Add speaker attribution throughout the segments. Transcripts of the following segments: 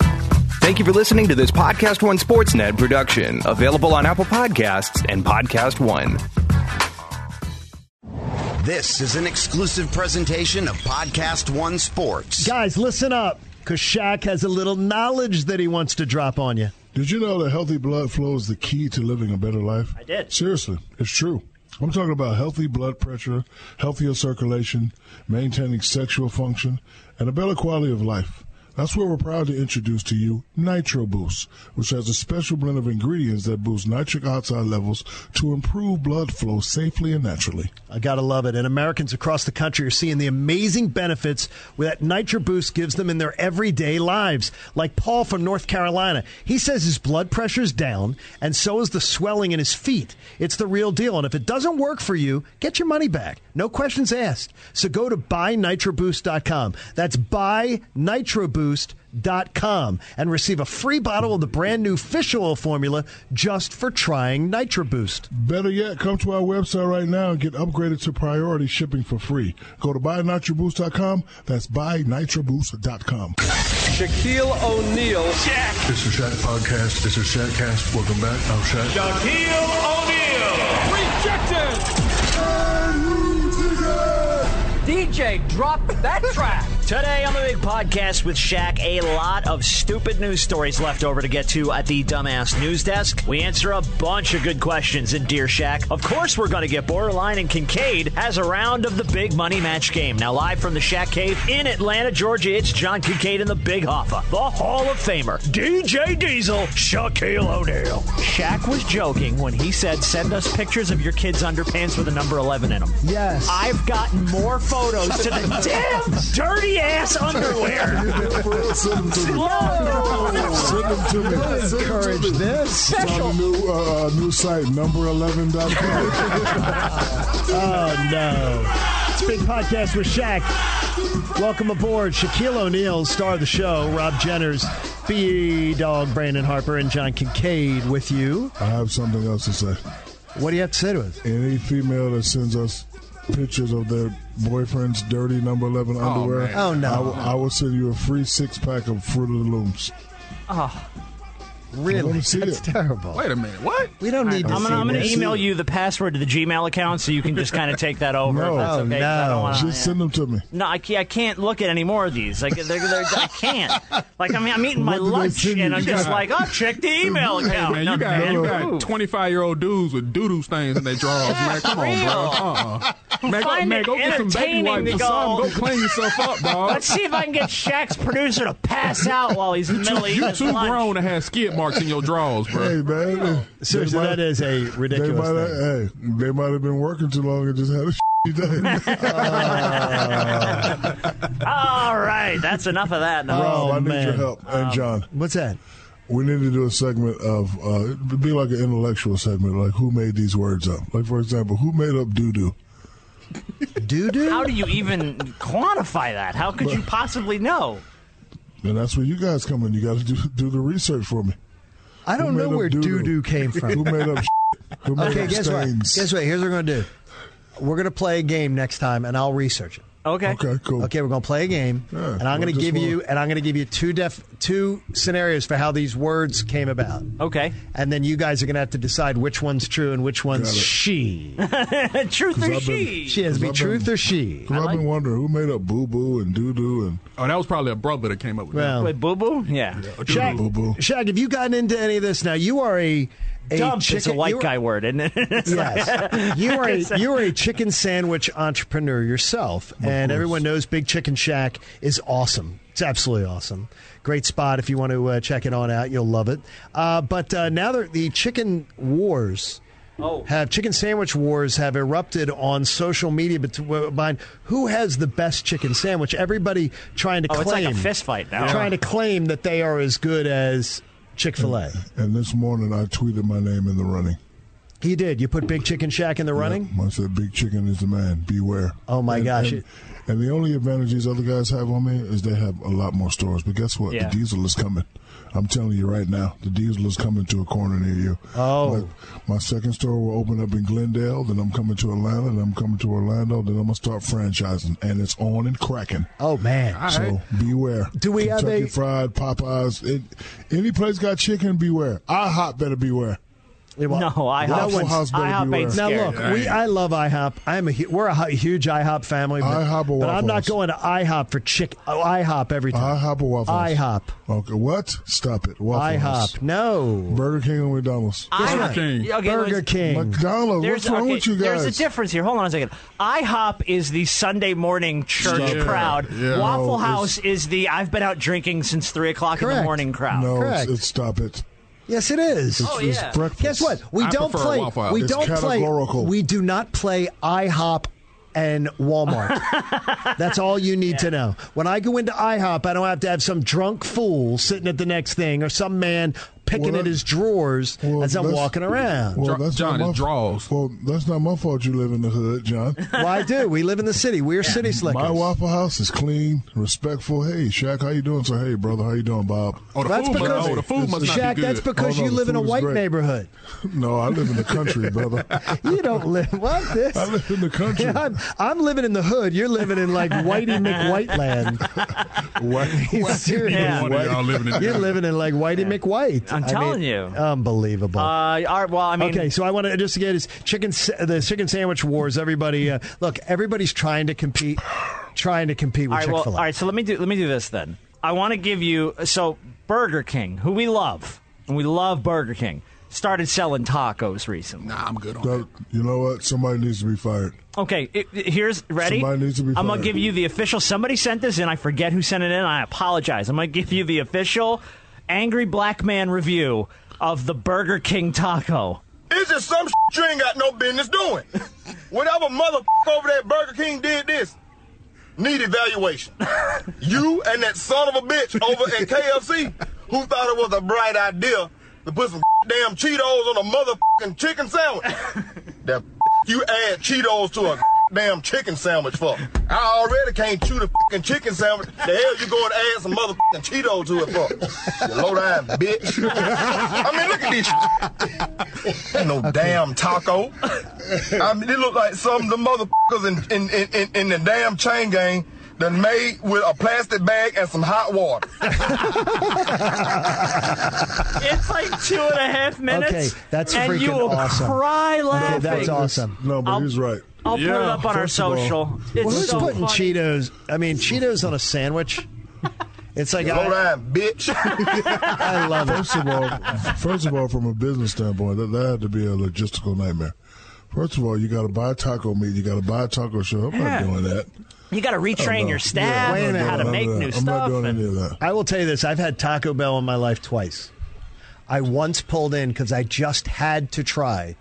Speaker 1: Thank you for listening to this Podcast One Sportsnet production, available on Apple Podcasts and Podcast One.
Speaker 2: This is an exclusive presentation of Podcast One Sports.
Speaker 3: Guys, listen up, because Shaq has a little knowledge that he wants to drop on you.
Speaker 4: Did you know that healthy blood flow is the key to living a better life?
Speaker 5: I did.
Speaker 4: Seriously, it's true. I'm talking about healthy blood pressure, healthier circulation, maintaining sexual function, and a better quality of life. That's where we're proud to introduce to you Nitro Boost, which has a special blend of ingredients that boost nitric oxide levels to improve blood flow safely and naturally.
Speaker 3: I gotta love it. And Americans across the country are seeing the amazing benefits that Nitro Boost gives them in their everyday lives. Like Paul from North Carolina, he says his blood pressure's down, and so is the swelling in his feet. It's the real deal. And if it doesn't work for you, get your money back. No questions asked. So go to buynitroboost.com. That's buynitroboost.com and receive a free bottle of the brand new fish oil formula just for trying Nitro Boost.
Speaker 4: Better yet, come to our website right now and get upgraded to priority shipping for free. Go to buynitroboost.com. That's buynitroboost.com.
Speaker 6: Shaquille O'Neal. Shaq.
Speaker 4: This is Shaq Podcast. This is Shaqcast. Welcome back. I'm Shaq.
Speaker 6: Shaquille O'Neal. Rejected.
Speaker 7: DJ, drop that track.
Speaker 5: Today on the big podcast with Shaq, a lot of stupid news stories left over to get to at the dumbass news desk. We answer a bunch of good questions in Dear Shaq. Of course, we're going to get borderline and Kincaid as a round of the big money match game. Now, live from the Shaq Cave in Atlanta, Georgia, it's John Kincaid and the Big Hoffa, the Hall of Famer, DJ Diesel, Shaquille O'Neal. Shaq was joking when he said, "Send us pictures of your kids' underpants with a number 11 in them."
Speaker 3: Yes.
Speaker 5: I've gotten more photos to the damn dirty ass underwear.
Speaker 4: Send them to me.
Speaker 5: Whoa.
Speaker 4: Send them to me. Send them to me.
Speaker 3: Encourage this.
Speaker 4: It's on the new, uh, new site, number11.com.
Speaker 3: Oh no. It's Big Podcast with Shaq. Welcome aboard. Shaquille O'Neal, star of the show, Rob Jenner's B E Dog, Brandon Harper, and John Kincaid with you.
Speaker 4: I have something else to say.
Speaker 3: What do you have to say to us?
Speaker 4: Any female that sends us pictures of their boyfriend's dirty number 11 underwear,
Speaker 3: Oh
Speaker 4: I
Speaker 3: no.
Speaker 4: will- I will send you a free six pack of Fruit of the Looms. I
Speaker 3: really?
Speaker 4: wanna see
Speaker 3: That's
Speaker 4: it.
Speaker 3: terrible.
Speaker 8: Wait a minute. What?
Speaker 3: we don't need to
Speaker 5: I'm
Speaker 3: see
Speaker 5: gonna, I'm gonna
Speaker 3: this.
Speaker 5: email you the password to the Gmail account so you can just kind of take that over.
Speaker 4: No.
Speaker 3: Oh,
Speaker 5: if that's okay, 'cause I
Speaker 3: no.
Speaker 5: don't wanna,
Speaker 4: Just send them to me.
Speaker 5: no, I can't, I can't look at any more of these. Like, they're, they're, I can't. Like, I mean, I'm eating my
Speaker 4: What did they
Speaker 5: lunch
Speaker 4: send you?
Speaker 5: and I'm
Speaker 4: You
Speaker 5: just
Speaker 4: got-
Speaker 5: like, oh, check the email account.
Speaker 8: Man,
Speaker 5: No,
Speaker 8: you got, you
Speaker 5: man. Ooh.
Speaker 8: got 25 year old dudes with doo doo stains in their drawers, man. Come on, bro. Uh uh Man, go,
Speaker 5: Find
Speaker 8: man,
Speaker 5: it
Speaker 8: go get some baby
Speaker 5: entertaining
Speaker 8: wipes
Speaker 5: to
Speaker 8: or
Speaker 5: go-
Speaker 8: something. Go clean yourself up, dog.
Speaker 5: Let's see if I can get Shaq's producer to pass out while he's in the middle of eating
Speaker 8: you
Speaker 5: his
Speaker 8: too
Speaker 5: lunch.
Speaker 8: grown to have skid marks in your drawers,
Speaker 4: Hey,
Speaker 8: bro.
Speaker 4: man. eh,
Speaker 3: Seriously,
Speaker 4: they might-
Speaker 3: that is a
Speaker 4: They
Speaker 3: ridiculous
Speaker 4: might, have,
Speaker 3: thing.
Speaker 4: hey, they might have been working too long and just had a shitty day.
Speaker 5: All right, that's enough of that. Oh, now.
Speaker 4: Rob, I need
Speaker 3: Oh, man. Um,
Speaker 4: your help. And John,
Speaker 3: What's that?
Speaker 4: we need to do a segment of, uh, it'd be like an intellectual segment, like who made these words up? Like, for example, who made up doo doo?
Speaker 3: Doo doo?
Speaker 5: How do you even quantify that? How could you possibly know?
Speaker 4: And that's where you guys come in. You got to do, do the research for me.
Speaker 3: I don't
Speaker 4: Who
Speaker 3: know
Speaker 4: made up
Speaker 3: where doo
Speaker 4: doo-doo?
Speaker 3: doo came
Speaker 4: Who
Speaker 3: from.
Speaker 4: made up Who made
Speaker 3: okay,
Speaker 4: up
Speaker 3: guess what?
Speaker 4: stains?
Speaker 3: Guess what? Here's what we're going to do. We're going to play a game next time and I'll research it.
Speaker 5: Okay.
Speaker 4: Okay, cool.
Speaker 3: Okay, we're gonna play a game,
Speaker 4: Yeah,
Speaker 3: and
Speaker 4: well,
Speaker 3: I'm gonna
Speaker 4: just
Speaker 3: give you
Speaker 4: one.
Speaker 3: and I'm gonna give you two def two scenarios for how these words came about,
Speaker 5: Okay.
Speaker 3: and then you guys are gonna have to decide which one's true and which one's
Speaker 4: Got it.
Speaker 3: she.
Speaker 5: Truth or
Speaker 4: I've been-
Speaker 5: she?
Speaker 3: She has to be
Speaker 4: Love
Speaker 3: truth
Speaker 4: them.
Speaker 3: or she.
Speaker 4: Because I've been wondering who made up boo boo and doo doo and
Speaker 8: Oh, that was probably a brother that came up with
Speaker 3: Well,
Speaker 5: Wait, Boo Boo? Yeah.
Speaker 8: that.
Speaker 3: Shaq,
Speaker 4: Boo boo.
Speaker 3: Shaq, have you gotten into any of this now? You are a, a
Speaker 5: Dump
Speaker 3: chicken,
Speaker 5: is a white
Speaker 3: you are-
Speaker 5: guy word, isn't it? It's
Speaker 3: Yes, you are a you are a chicken sandwich entrepreneur yourself, and everyone knows Big Chicken Shack is awesome. It's absolutely awesome. Great spot if you want to uh, check it on out. You'll love it. Uh, but uh, now that the chicken wars.
Speaker 5: Oh.
Speaker 3: Have chicken sandwich wars have erupted on social media between behind who has the best chicken sandwich? Everybody trying to
Speaker 5: Oh, it's like
Speaker 3: claim
Speaker 5: a fist fight now.
Speaker 3: trying to claim that they are as good as Chick Fil A.
Speaker 4: And this morning I tweeted my name in the running.
Speaker 3: He did. You put Big Chicken Shack in the running?
Speaker 4: I said, Big Chicken is the man. Beware.
Speaker 3: Oh, my
Speaker 4: And-
Speaker 3: gosh.
Speaker 4: And, and the only advantage these other guys have on me is they have a lot more stores. But guess what?
Speaker 9: Yeah.
Speaker 4: The diesel is coming. I'm telling you right now, the diesel is coming to a corner near you.
Speaker 3: Oh.
Speaker 4: My, my second store will open up in Glendale. Then I'm coming to Atlanta. Then I'm coming to Orlando. Then I'm gonna start franchising, and it's on and cracking.
Speaker 3: Oh, man.
Speaker 4: So beware.
Speaker 3: Do we have
Speaker 4: Kentucky
Speaker 3: a-
Speaker 4: fried Popeyes? It, any place got chicken? Beware. IHOP better beware.
Speaker 3: Yeah, well,
Speaker 9: No, IHOP.
Speaker 4: Waffle
Speaker 3: one's-
Speaker 4: House better
Speaker 9: IHOP ain't
Speaker 4: beware.
Speaker 9: scared.
Speaker 3: Now
Speaker 9: Scared.
Speaker 3: look, we I love IHOP. I'm a hu- we're a hu- huge IHOP family. But,
Speaker 4: IHOP or
Speaker 3: but I'm
Speaker 4: Waffle
Speaker 3: not
Speaker 4: House?
Speaker 3: going to IHOP for chick. Oh, IHOP every time.
Speaker 4: IHOP or Waffle House?
Speaker 3: IHOP.
Speaker 4: Okay, what? Stop it. Waffle House.
Speaker 3: IHOP. No.
Speaker 4: Burger King or McDonald's?
Speaker 9: IHOP.
Speaker 8: King.
Speaker 9: Okay,
Speaker 3: Burger
Speaker 9: let's-
Speaker 3: King.
Speaker 4: McDonald's.
Speaker 9: There's,
Speaker 4: What's wrong
Speaker 9: okay,
Speaker 4: with you guys?
Speaker 9: there's a difference here. Hold on a second. IHOP is the Sunday morning church
Speaker 4: Stop it.
Speaker 9: crowd.
Speaker 8: Yeah.
Speaker 4: No,
Speaker 9: Waffle
Speaker 4: it's-
Speaker 9: House is the I've been out drinking since three o'clock in the
Speaker 3: Correct.
Speaker 9: morning crowd.
Speaker 4: No, it's,
Speaker 3: Correct.
Speaker 4: it's stop it.
Speaker 3: Yes, it is.
Speaker 4: It's, it's
Speaker 9: yeah.
Speaker 4: breakfast.
Speaker 3: Guess what? We
Speaker 8: Oh, I
Speaker 3: don't
Speaker 8: prefer
Speaker 3: play.
Speaker 8: Waffle House.
Speaker 3: We
Speaker 4: It's
Speaker 3: don't play.
Speaker 4: categorical.
Speaker 3: We do not play IHOP and Walmart. That's all you need to know. When I go into IHOP, I don't have to have some drunk fool sitting at the next thing or some man picking
Speaker 4: Well,
Speaker 3: at his drawers
Speaker 4: Well,
Speaker 3: as I'm
Speaker 4: that's-
Speaker 3: walking around.
Speaker 4: Well,
Speaker 8: Dr-
Speaker 4: that's
Speaker 8: John,
Speaker 4: not my,
Speaker 8: it draws.
Speaker 4: Well, that's not my fault. You live in the hood, John.
Speaker 3: well, I do. We live in the city. We're city slickers.
Speaker 4: My Waffle House is clean, respectful. Hey, Shaq, how you doing? So, hey, brother, how you doing, Bob?
Speaker 8: Oh, the
Speaker 3: That's
Speaker 8: food
Speaker 3: because-
Speaker 8: must, oh, the food must
Speaker 3: Jack,
Speaker 8: not be good.
Speaker 3: that's
Speaker 4: Oh,
Speaker 3: because
Speaker 4: no,
Speaker 3: you
Speaker 4: the
Speaker 3: live in a
Speaker 4: food is
Speaker 3: white
Speaker 4: great.
Speaker 3: neighborhood.
Speaker 4: No, I live in the country, brother.
Speaker 3: You don't live what this.
Speaker 4: I live in the country.
Speaker 3: I'm, I'm living in the hood. You're living in like Whitey McWhiteland.
Speaker 4: White,
Speaker 3: Seriously.
Speaker 9: Yeah.
Speaker 8: One of y'all living in
Speaker 3: You're living in like Whitey McWhite.
Speaker 9: I'm
Speaker 3: I
Speaker 9: telling
Speaker 3: mean,
Speaker 9: you.
Speaker 3: unbelievable.
Speaker 9: Uh, all right, well, I mean,
Speaker 3: okay, so I want to just to get his chicken, sa- the chicken sandwich wars. Everybody, uh, look, everybody's trying to compete, trying to compete with
Speaker 9: all right,
Speaker 3: Chick
Speaker 9: well,
Speaker 3: Fil A.
Speaker 9: all right. So let me do let me do this then. I want to give you so Burger King, who we love, and we love Burger King, started selling tacos recently.
Speaker 8: Nah, I'm good on that.
Speaker 4: That- you know what? Somebody needs to be fired.
Speaker 9: Okay, it, it- here's ready.
Speaker 4: Somebody needs to be
Speaker 9: I'm gonna
Speaker 4: fired.
Speaker 9: give you the official. Somebody sent this in. I forget who sent it in. I apologize. I'm gonna give you the official angry black man review of the Burger King taco.
Speaker 10: This is some shit you ain't got no business doing. Whatever motherfucker over there at Burger King did this, need evaluation. You and that son of a bitch over at KFC who thought it was a bright idea to put some damn Cheetos on a motherfucking chicken sandwich. That you add Cheetos to a damn chicken sandwich for. I already can't chew the fucking chicken sandwich. The hell you going to add some motherfucking Cheeto to it for? You low down bitch. I mean, look at this. Ain't no damn taco. I mean, it look like some of the motherfuckers in, in, in, in, in the damn chain gang done made with a plastic bag and some hot water.
Speaker 9: It's like two and a half minutes.
Speaker 3: Okay, that's
Speaker 9: and
Speaker 3: freaking
Speaker 9: you will
Speaker 3: awesome.
Speaker 9: cry laughing.
Speaker 3: No, that's awesome.
Speaker 4: No, but he's right.
Speaker 9: I'll put it
Speaker 8: Yeah,
Speaker 9: up on our
Speaker 4: first of all-
Speaker 9: social. it's
Speaker 3: Well, who's
Speaker 9: so funny.
Speaker 3: putting Cheetos? I mean, Cheetos on a sandwich. It's like
Speaker 10: Low
Speaker 3: I,
Speaker 10: down bitch.
Speaker 3: I love it.
Speaker 4: First of all, first of all, from a business standpoint, that, that had to be a logistical nightmare. First of all, you got to buy taco meat. You got to buy a taco shell. I'm
Speaker 9: Yeah.
Speaker 4: not doing that.
Speaker 9: You got to retrain your staff
Speaker 3: Wait a
Speaker 9: on
Speaker 3: minute.
Speaker 9: how to
Speaker 4: I'm
Speaker 9: make
Speaker 4: not,
Speaker 9: new
Speaker 4: I'm
Speaker 9: stuff.
Speaker 4: not doing
Speaker 9: and-
Speaker 4: any of that.
Speaker 3: I will tell you this: I've had Taco Bell in my life twice. I once pulled in because I just had to try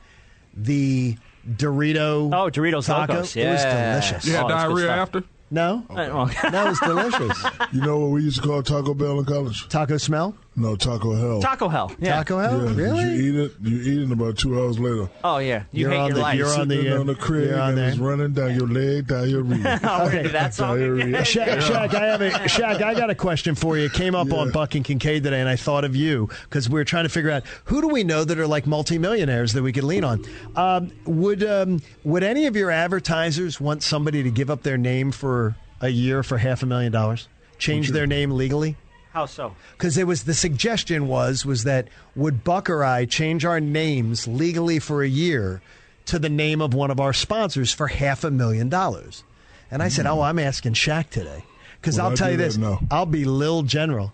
Speaker 3: the Dorito.
Speaker 9: Oh, Doritos
Speaker 3: taco.
Speaker 9: Locos,
Speaker 3: It was
Speaker 9: yeah.
Speaker 3: delicious.
Speaker 8: You had
Speaker 9: Oh, that's good
Speaker 8: diarrhea
Speaker 9: stuff.
Speaker 8: after?
Speaker 3: No,
Speaker 9: Oh,
Speaker 3: that was delicious.
Speaker 4: You know what we used to call Taco Bell in college?
Speaker 3: Taco smell?
Speaker 4: No, Taco Hell.
Speaker 9: Taco Hell. Yeah.
Speaker 3: Taco
Speaker 4: Yeah,
Speaker 3: hell?
Speaker 4: 'cause
Speaker 3: really?
Speaker 4: You eat it. You eat it about two hours later.
Speaker 9: Oh yeah. You
Speaker 3: You're
Speaker 9: hate
Speaker 3: on
Speaker 9: your
Speaker 3: the-
Speaker 9: life.
Speaker 3: you're on the-
Speaker 4: Sitting
Speaker 3: uh,
Speaker 4: on the crib
Speaker 3: you're on
Speaker 4: and it's
Speaker 3: there.
Speaker 4: running down your leg diarrhea.
Speaker 9: oh, we're
Speaker 3: Okay.
Speaker 9: gonna do that song again.
Speaker 4: Diarrhea.
Speaker 3: Shaq, Shaq, I have a Shaq. I got a question for you. It came up on Buck and Kincaid today, and I thought of you because we were trying to figure out who do we know that are like multimillionaires that we could lean on. Um, would um, would any of your advertisers want somebody to give up their name for a year for half a million dollars? Change their name legally?
Speaker 9: How so?
Speaker 3: Because it was the suggestion was was that would Buck or I change our names legally for a year to the name of one of our sponsors for half a million dollars? And I said, "Oh, I'm asking Shaq today because
Speaker 4: Would
Speaker 3: I'll
Speaker 4: I
Speaker 3: tell
Speaker 4: do
Speaker 3: you
Speaker 4: that?
Speaker 3: this:
Speaker 4: No.
Speaker 3: I'll be Lil General."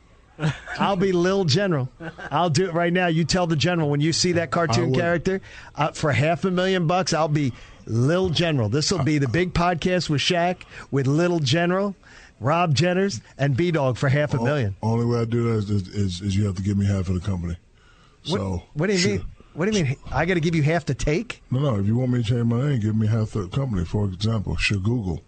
Speaker 3: I'll be Lil General. I'll do it right now. You tell the general when you see that
Speaker 4: I
Speaker 3: cartoon
Speaker 4: would.
Speaker 3: character uh, for half a million bucks. I'll be Lil General. This will be the big podcast with Shaq, with Little General, Rob Jenners, and B Dog for half a
Speaker 4: Oh.
Speaker 3: million.
Speaker 4: Only way I do that is, is, is you have to give me half of the company.
Speaker 3: What,
Speaker 4: so
Speaker 3: what do you
Speaker 4: sure.
Speaker 3: mean? What do you mean? I got to give you half to take?
Speaker 4: No, no. If you want me to change my name, give me half the company. For example, sure Google.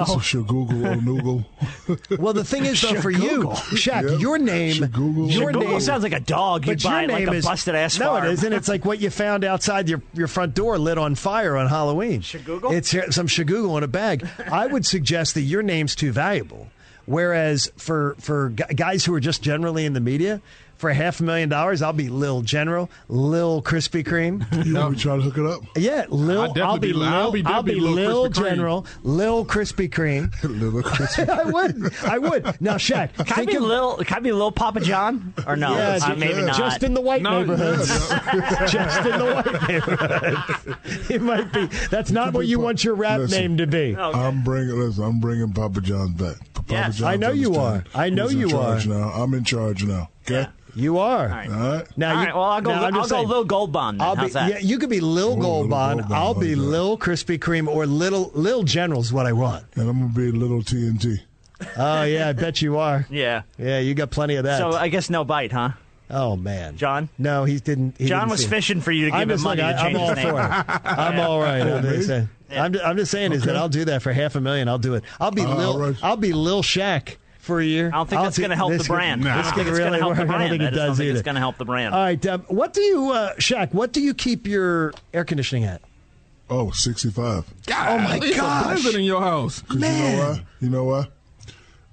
Speaker 4: It's a shagoogle Onugle.
Speaker 3: Oh. Well, the thing is, though, for you,
Speaker 4: Shagoogle.
Speaker 3: Shaq,
Speaker 4: Yep.
Speaker 3: your name,
Speaker 4: Shagoogle. Shagoogle
Speaker 3: your name
Speaker 5: Google sounds like a dog. You
Speaker 3: But
Speaker 5: buy
Speaker 3: your
Speaker 5: it like
Speaker 3: name
Speaker 5: a
Speaker 3: is
Speaker 5: busted ass.
Speaker 3: No,
Speaker 5: farm.
Speaker 3: it isn't. It's like what you found outside your, your front door lit on fire on Halloween.
Speaker 5: Shagoogle?
Speaker 3: It's here- some shagoogle in a bag. I would suggest that your name's too valuable. Whereas for for gu- guys who are just generally in the media, for half a million dollars, I'll be Lil General, Lil Krispy Kreme.
Speaker 4: You know, we try to hook it up.
Speaker 3: Yeah, Lil.
Speaker 8: I'd definitely
Speaker 3: I'll be,
Speaker 8: be-
Speaker 3: Lil.
Speaker 8: I'll be
Speaker 3: I'll
Speaker 8: definitely
Speaker 3: be
Speaker 8: Lil
Speaker 3: Lil
Speaker 8: Krispy Kreme.
Speaker 3: General, Lil Krispy Kreme.
Speaker 4: Little Christmas.
Speaker 3: I would. I would. Now, Shaq,
Speaker 5: Can I
Speaker 3: think
Speaker 5: be
Speaker 3: of,
Speaker 5: little? Can I be little Papa John? Or no?
Speaker 3: Yeah,
Speaker 5: Uh,
Speaker 3: ju-
Speaker 5: maybe not.
Speaker 3: Just in the white
Speaker 8: No,
Speaker 3: neighborhoods. just in the white neighborhoods. It might be. That's not what you want your rap
Speaker 4: Listen.
Speaker 3: name to be.
Speaker 5: No.
Speaker 4: I'm bringing listen, I'm bringing Papa John's back. Papa
Speaker 5: Yes.
Speaker 4: John's
Speaker 3: I know you
Speaker 4: understand
Speaker 3: are. I know
Speaker 4: who's in
Speaker 3: you
Speaker 4: charge
Speaker 3: are.
Speaker 4: Now I'm in charge now. Okay.
Speaker 3: You are.
Speaker 5: right.
Speaker 4: All right.
Speaker 3: Now,
Speaker 5: All
Speaker 3: you-
Speaker 5: right. Well, I'll go.
Speaker 3: now, I'm
Speaker 5: I'll
Speaker 3: just
Speaker 5: go
Speaker 3: saying,
Speaker 5: Lil Gold Bond. then.
Speaker 3: I'll
Speaker 5: How's
Speaker 3: be,
Speaker 5: that?
Speaker 3: Yeah, you could be Lil
Speaker 4: Lil
Speaker 3: Gold Bond.
Speaker 4: Gold Bond,
Speaker 3: I'll be
Speaker 4: yeah.
Speaker 3: Lil Krispy Kreme or Little Lil General's what I want.
Speaker 4: and I'm gonna be little TNT.
Speaker 3: Oh yeah, I bet you are.
Speaker 5: Yeah.
Speaker 3: Yeah, you got plenty of that.
Speaker 5: So I guess no bite, huh?
Speaker 3: oh man,
Speaker 5: John?
Speaker 3: No, he didn't. he
Speaker 5: John
Speaker 3: didn't
Speaker 5: was
Speaker 3: see it.
Speaker 5: fishing for you to
Speaker 3: I'm
Speaker 5: give him
Speaker 3: just
Speaker 5: money
Speaker 3: like, I,
Speaker 5: to change
Speaker 3: I'm all
Speaker 5: his name.
Speaker 3: for it. I'm all right. I'm, just saying, I'm, ju- I'm just saying is that I'll do that for half a million. I'll do it. I'll be
Speaker 4: Uh,
Speaker 3: Lil.
Speaker 4: all right.
Speaker 3: I'll be Lil Shack for a year.
Speaker 5: I don't think
Speaker 3: I'll
Speaker 5: that's
Speaker 3: do-
Speaker 5: going to help the
Speaker 3: this could-
Speaker 5: brand.
Speaker 8: Nah.
Speaker 5: I don't
Speaker 3: This
Speaker 5: think
Speaker 3: could
Speaker 5: it's
Speaker 3: really
Speaker 5: going to
Speaker 3: work.
Speaker 5: help the
Speaker 3: I don't
Speaker 5: brand.
Speaker 3: think
Speaker 5: I
Speaker 3: it
Speaker 5: just don't
Speaker 3: does
Speaker 5: think
Speaker 3: either.
Speaker 5: it's going to help the brand.
Speaker 3: All right, um, what do you, uh, Shaq? What do you keep your air conditioning at?
Speaker 4: Oh, 65.
Speaker 5: Oh
Speaker 8: God,
Speaker 3: my
Speaker 8: it's
Speaker 3: gosh.
Speaker 8: a blizzard in your house.
Speaker 4: 'Cause you know why? You know why?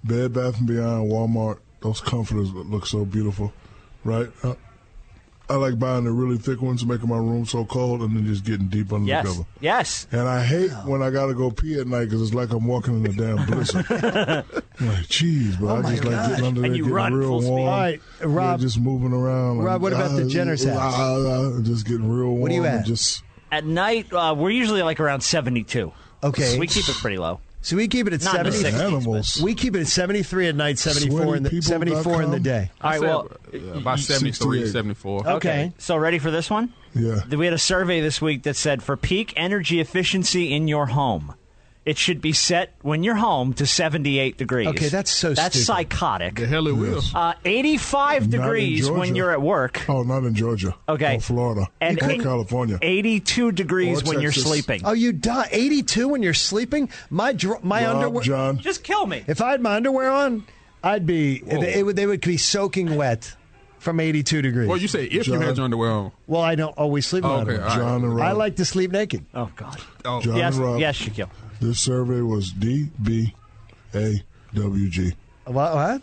Speaker 4: Bed Bath and Beyond, Walmart, those comforters that look so beautiful, right? I, I like buying the really thick ones, making my room so cold, and then just getting deep under the
Speaker 5: Yes.
Speaker 4: cover.
Speaker 5: Yes.
Speaker 4: And I hate when I gotta go pee at night because it's like I'm walking in a damn blizzard. I'm like, jeez, but I just like getting under
Speaker 5: Oh And
Speaker 4: there,
Speaker 5: you
Speaker 4: getting
Speaker 5: run
Speaker 4: real
Speaker 5: full speed.
Speaker 4: warm.
Speaker 3: All right, Rob-
Speaker 4: yeah, just moving around. like,
Speaker 3: Rob, what about the
Speaker 4: ah,
Speaker 3: Jenner's house?
Speaker 4: ah, ah, ah, just getting real warm.
Speaker 3: What are you
Speaker 4: and
Speaker 3: at?
Speaker 4: Just
Speaker 5: At night, uh, we're usually like around 72.
Speaker 3: Okay.
Speaker 5: We keep it pretty low.
Speaker 3: So we keep it at
Speaker 5: Not in the
Speaker 3: seventy.
Speaker 5: six.
Speaker 4: animals.
Speaker 3: We keep it at seventy-three at night, seventy-four in the
Speaker 4: Sweatypeople.com?
Speaker 3: seventy-four in the day.
Speaker 5: All right. Well,
Speaker 8: Yeah, about 73,
Speaker 4: 68.
Speaker 8: 74.
Speaker 3: Okay.
Speaker 5: so ready for this one?
Speaker 4: Yeah.
Speaker 5: We had a survey this week that said for peak energy efficiency in your home, it should be set when you're home to 78 degrees.
Speaker 3: Okay, that's so stupid.
Speaker 5: That's
Speaker 8: The
Speaker 5: psychotic.
Speaker 8: hell it will.
Speaker 5: Uh, 85
Speaker 4: Not in
Speaker 5: degrees when
Speaker 4: Georgia.
Speaker 5: you're at work.
Speaker 4: Oh, not in Georgia.
Speaker 5: Okay.
Speaker 4: Or Florida.
Speaker 5: And
Speaker 4: or
Speaker 5: eight-
Speaker 4: California.
Speaker 5: 82 degrees
Speaker 4: Or
Speaker 5: when you're
Speaker 4: Texas.
Speaker 5: sleeping.
Speaker 3: Oh, you die eighty-two when you're sleeping. My dr- my
Speaker 4: Rob,
Speaker 3: underwear.
Speaker 4: John.
Speaker 5: Just kill me.
Speaker 3: If I had my underwear on, I'd be. They, it would, they would be soaking wet from 82 degrees.
Speaker 8: Well, you say if you had your underwear on.
Speaker 3: Well, I don't always sleep in my
Speaker 8: Okay,
Speaker 3: underwear.
Speaker 8: all right.
Speaker 4: John and Rob.
Speaker 3: I like to sleep naked.
Speaker 5: Oh, God.
Speaker 8: Oh,
Speaker 4: John
Speaker 5: Yes,
Speaker 4: and Rob.
Speaker 5: yes, Shaquille.
Speaker 4: This survey was D B A W G.
Speaker 3: What? what?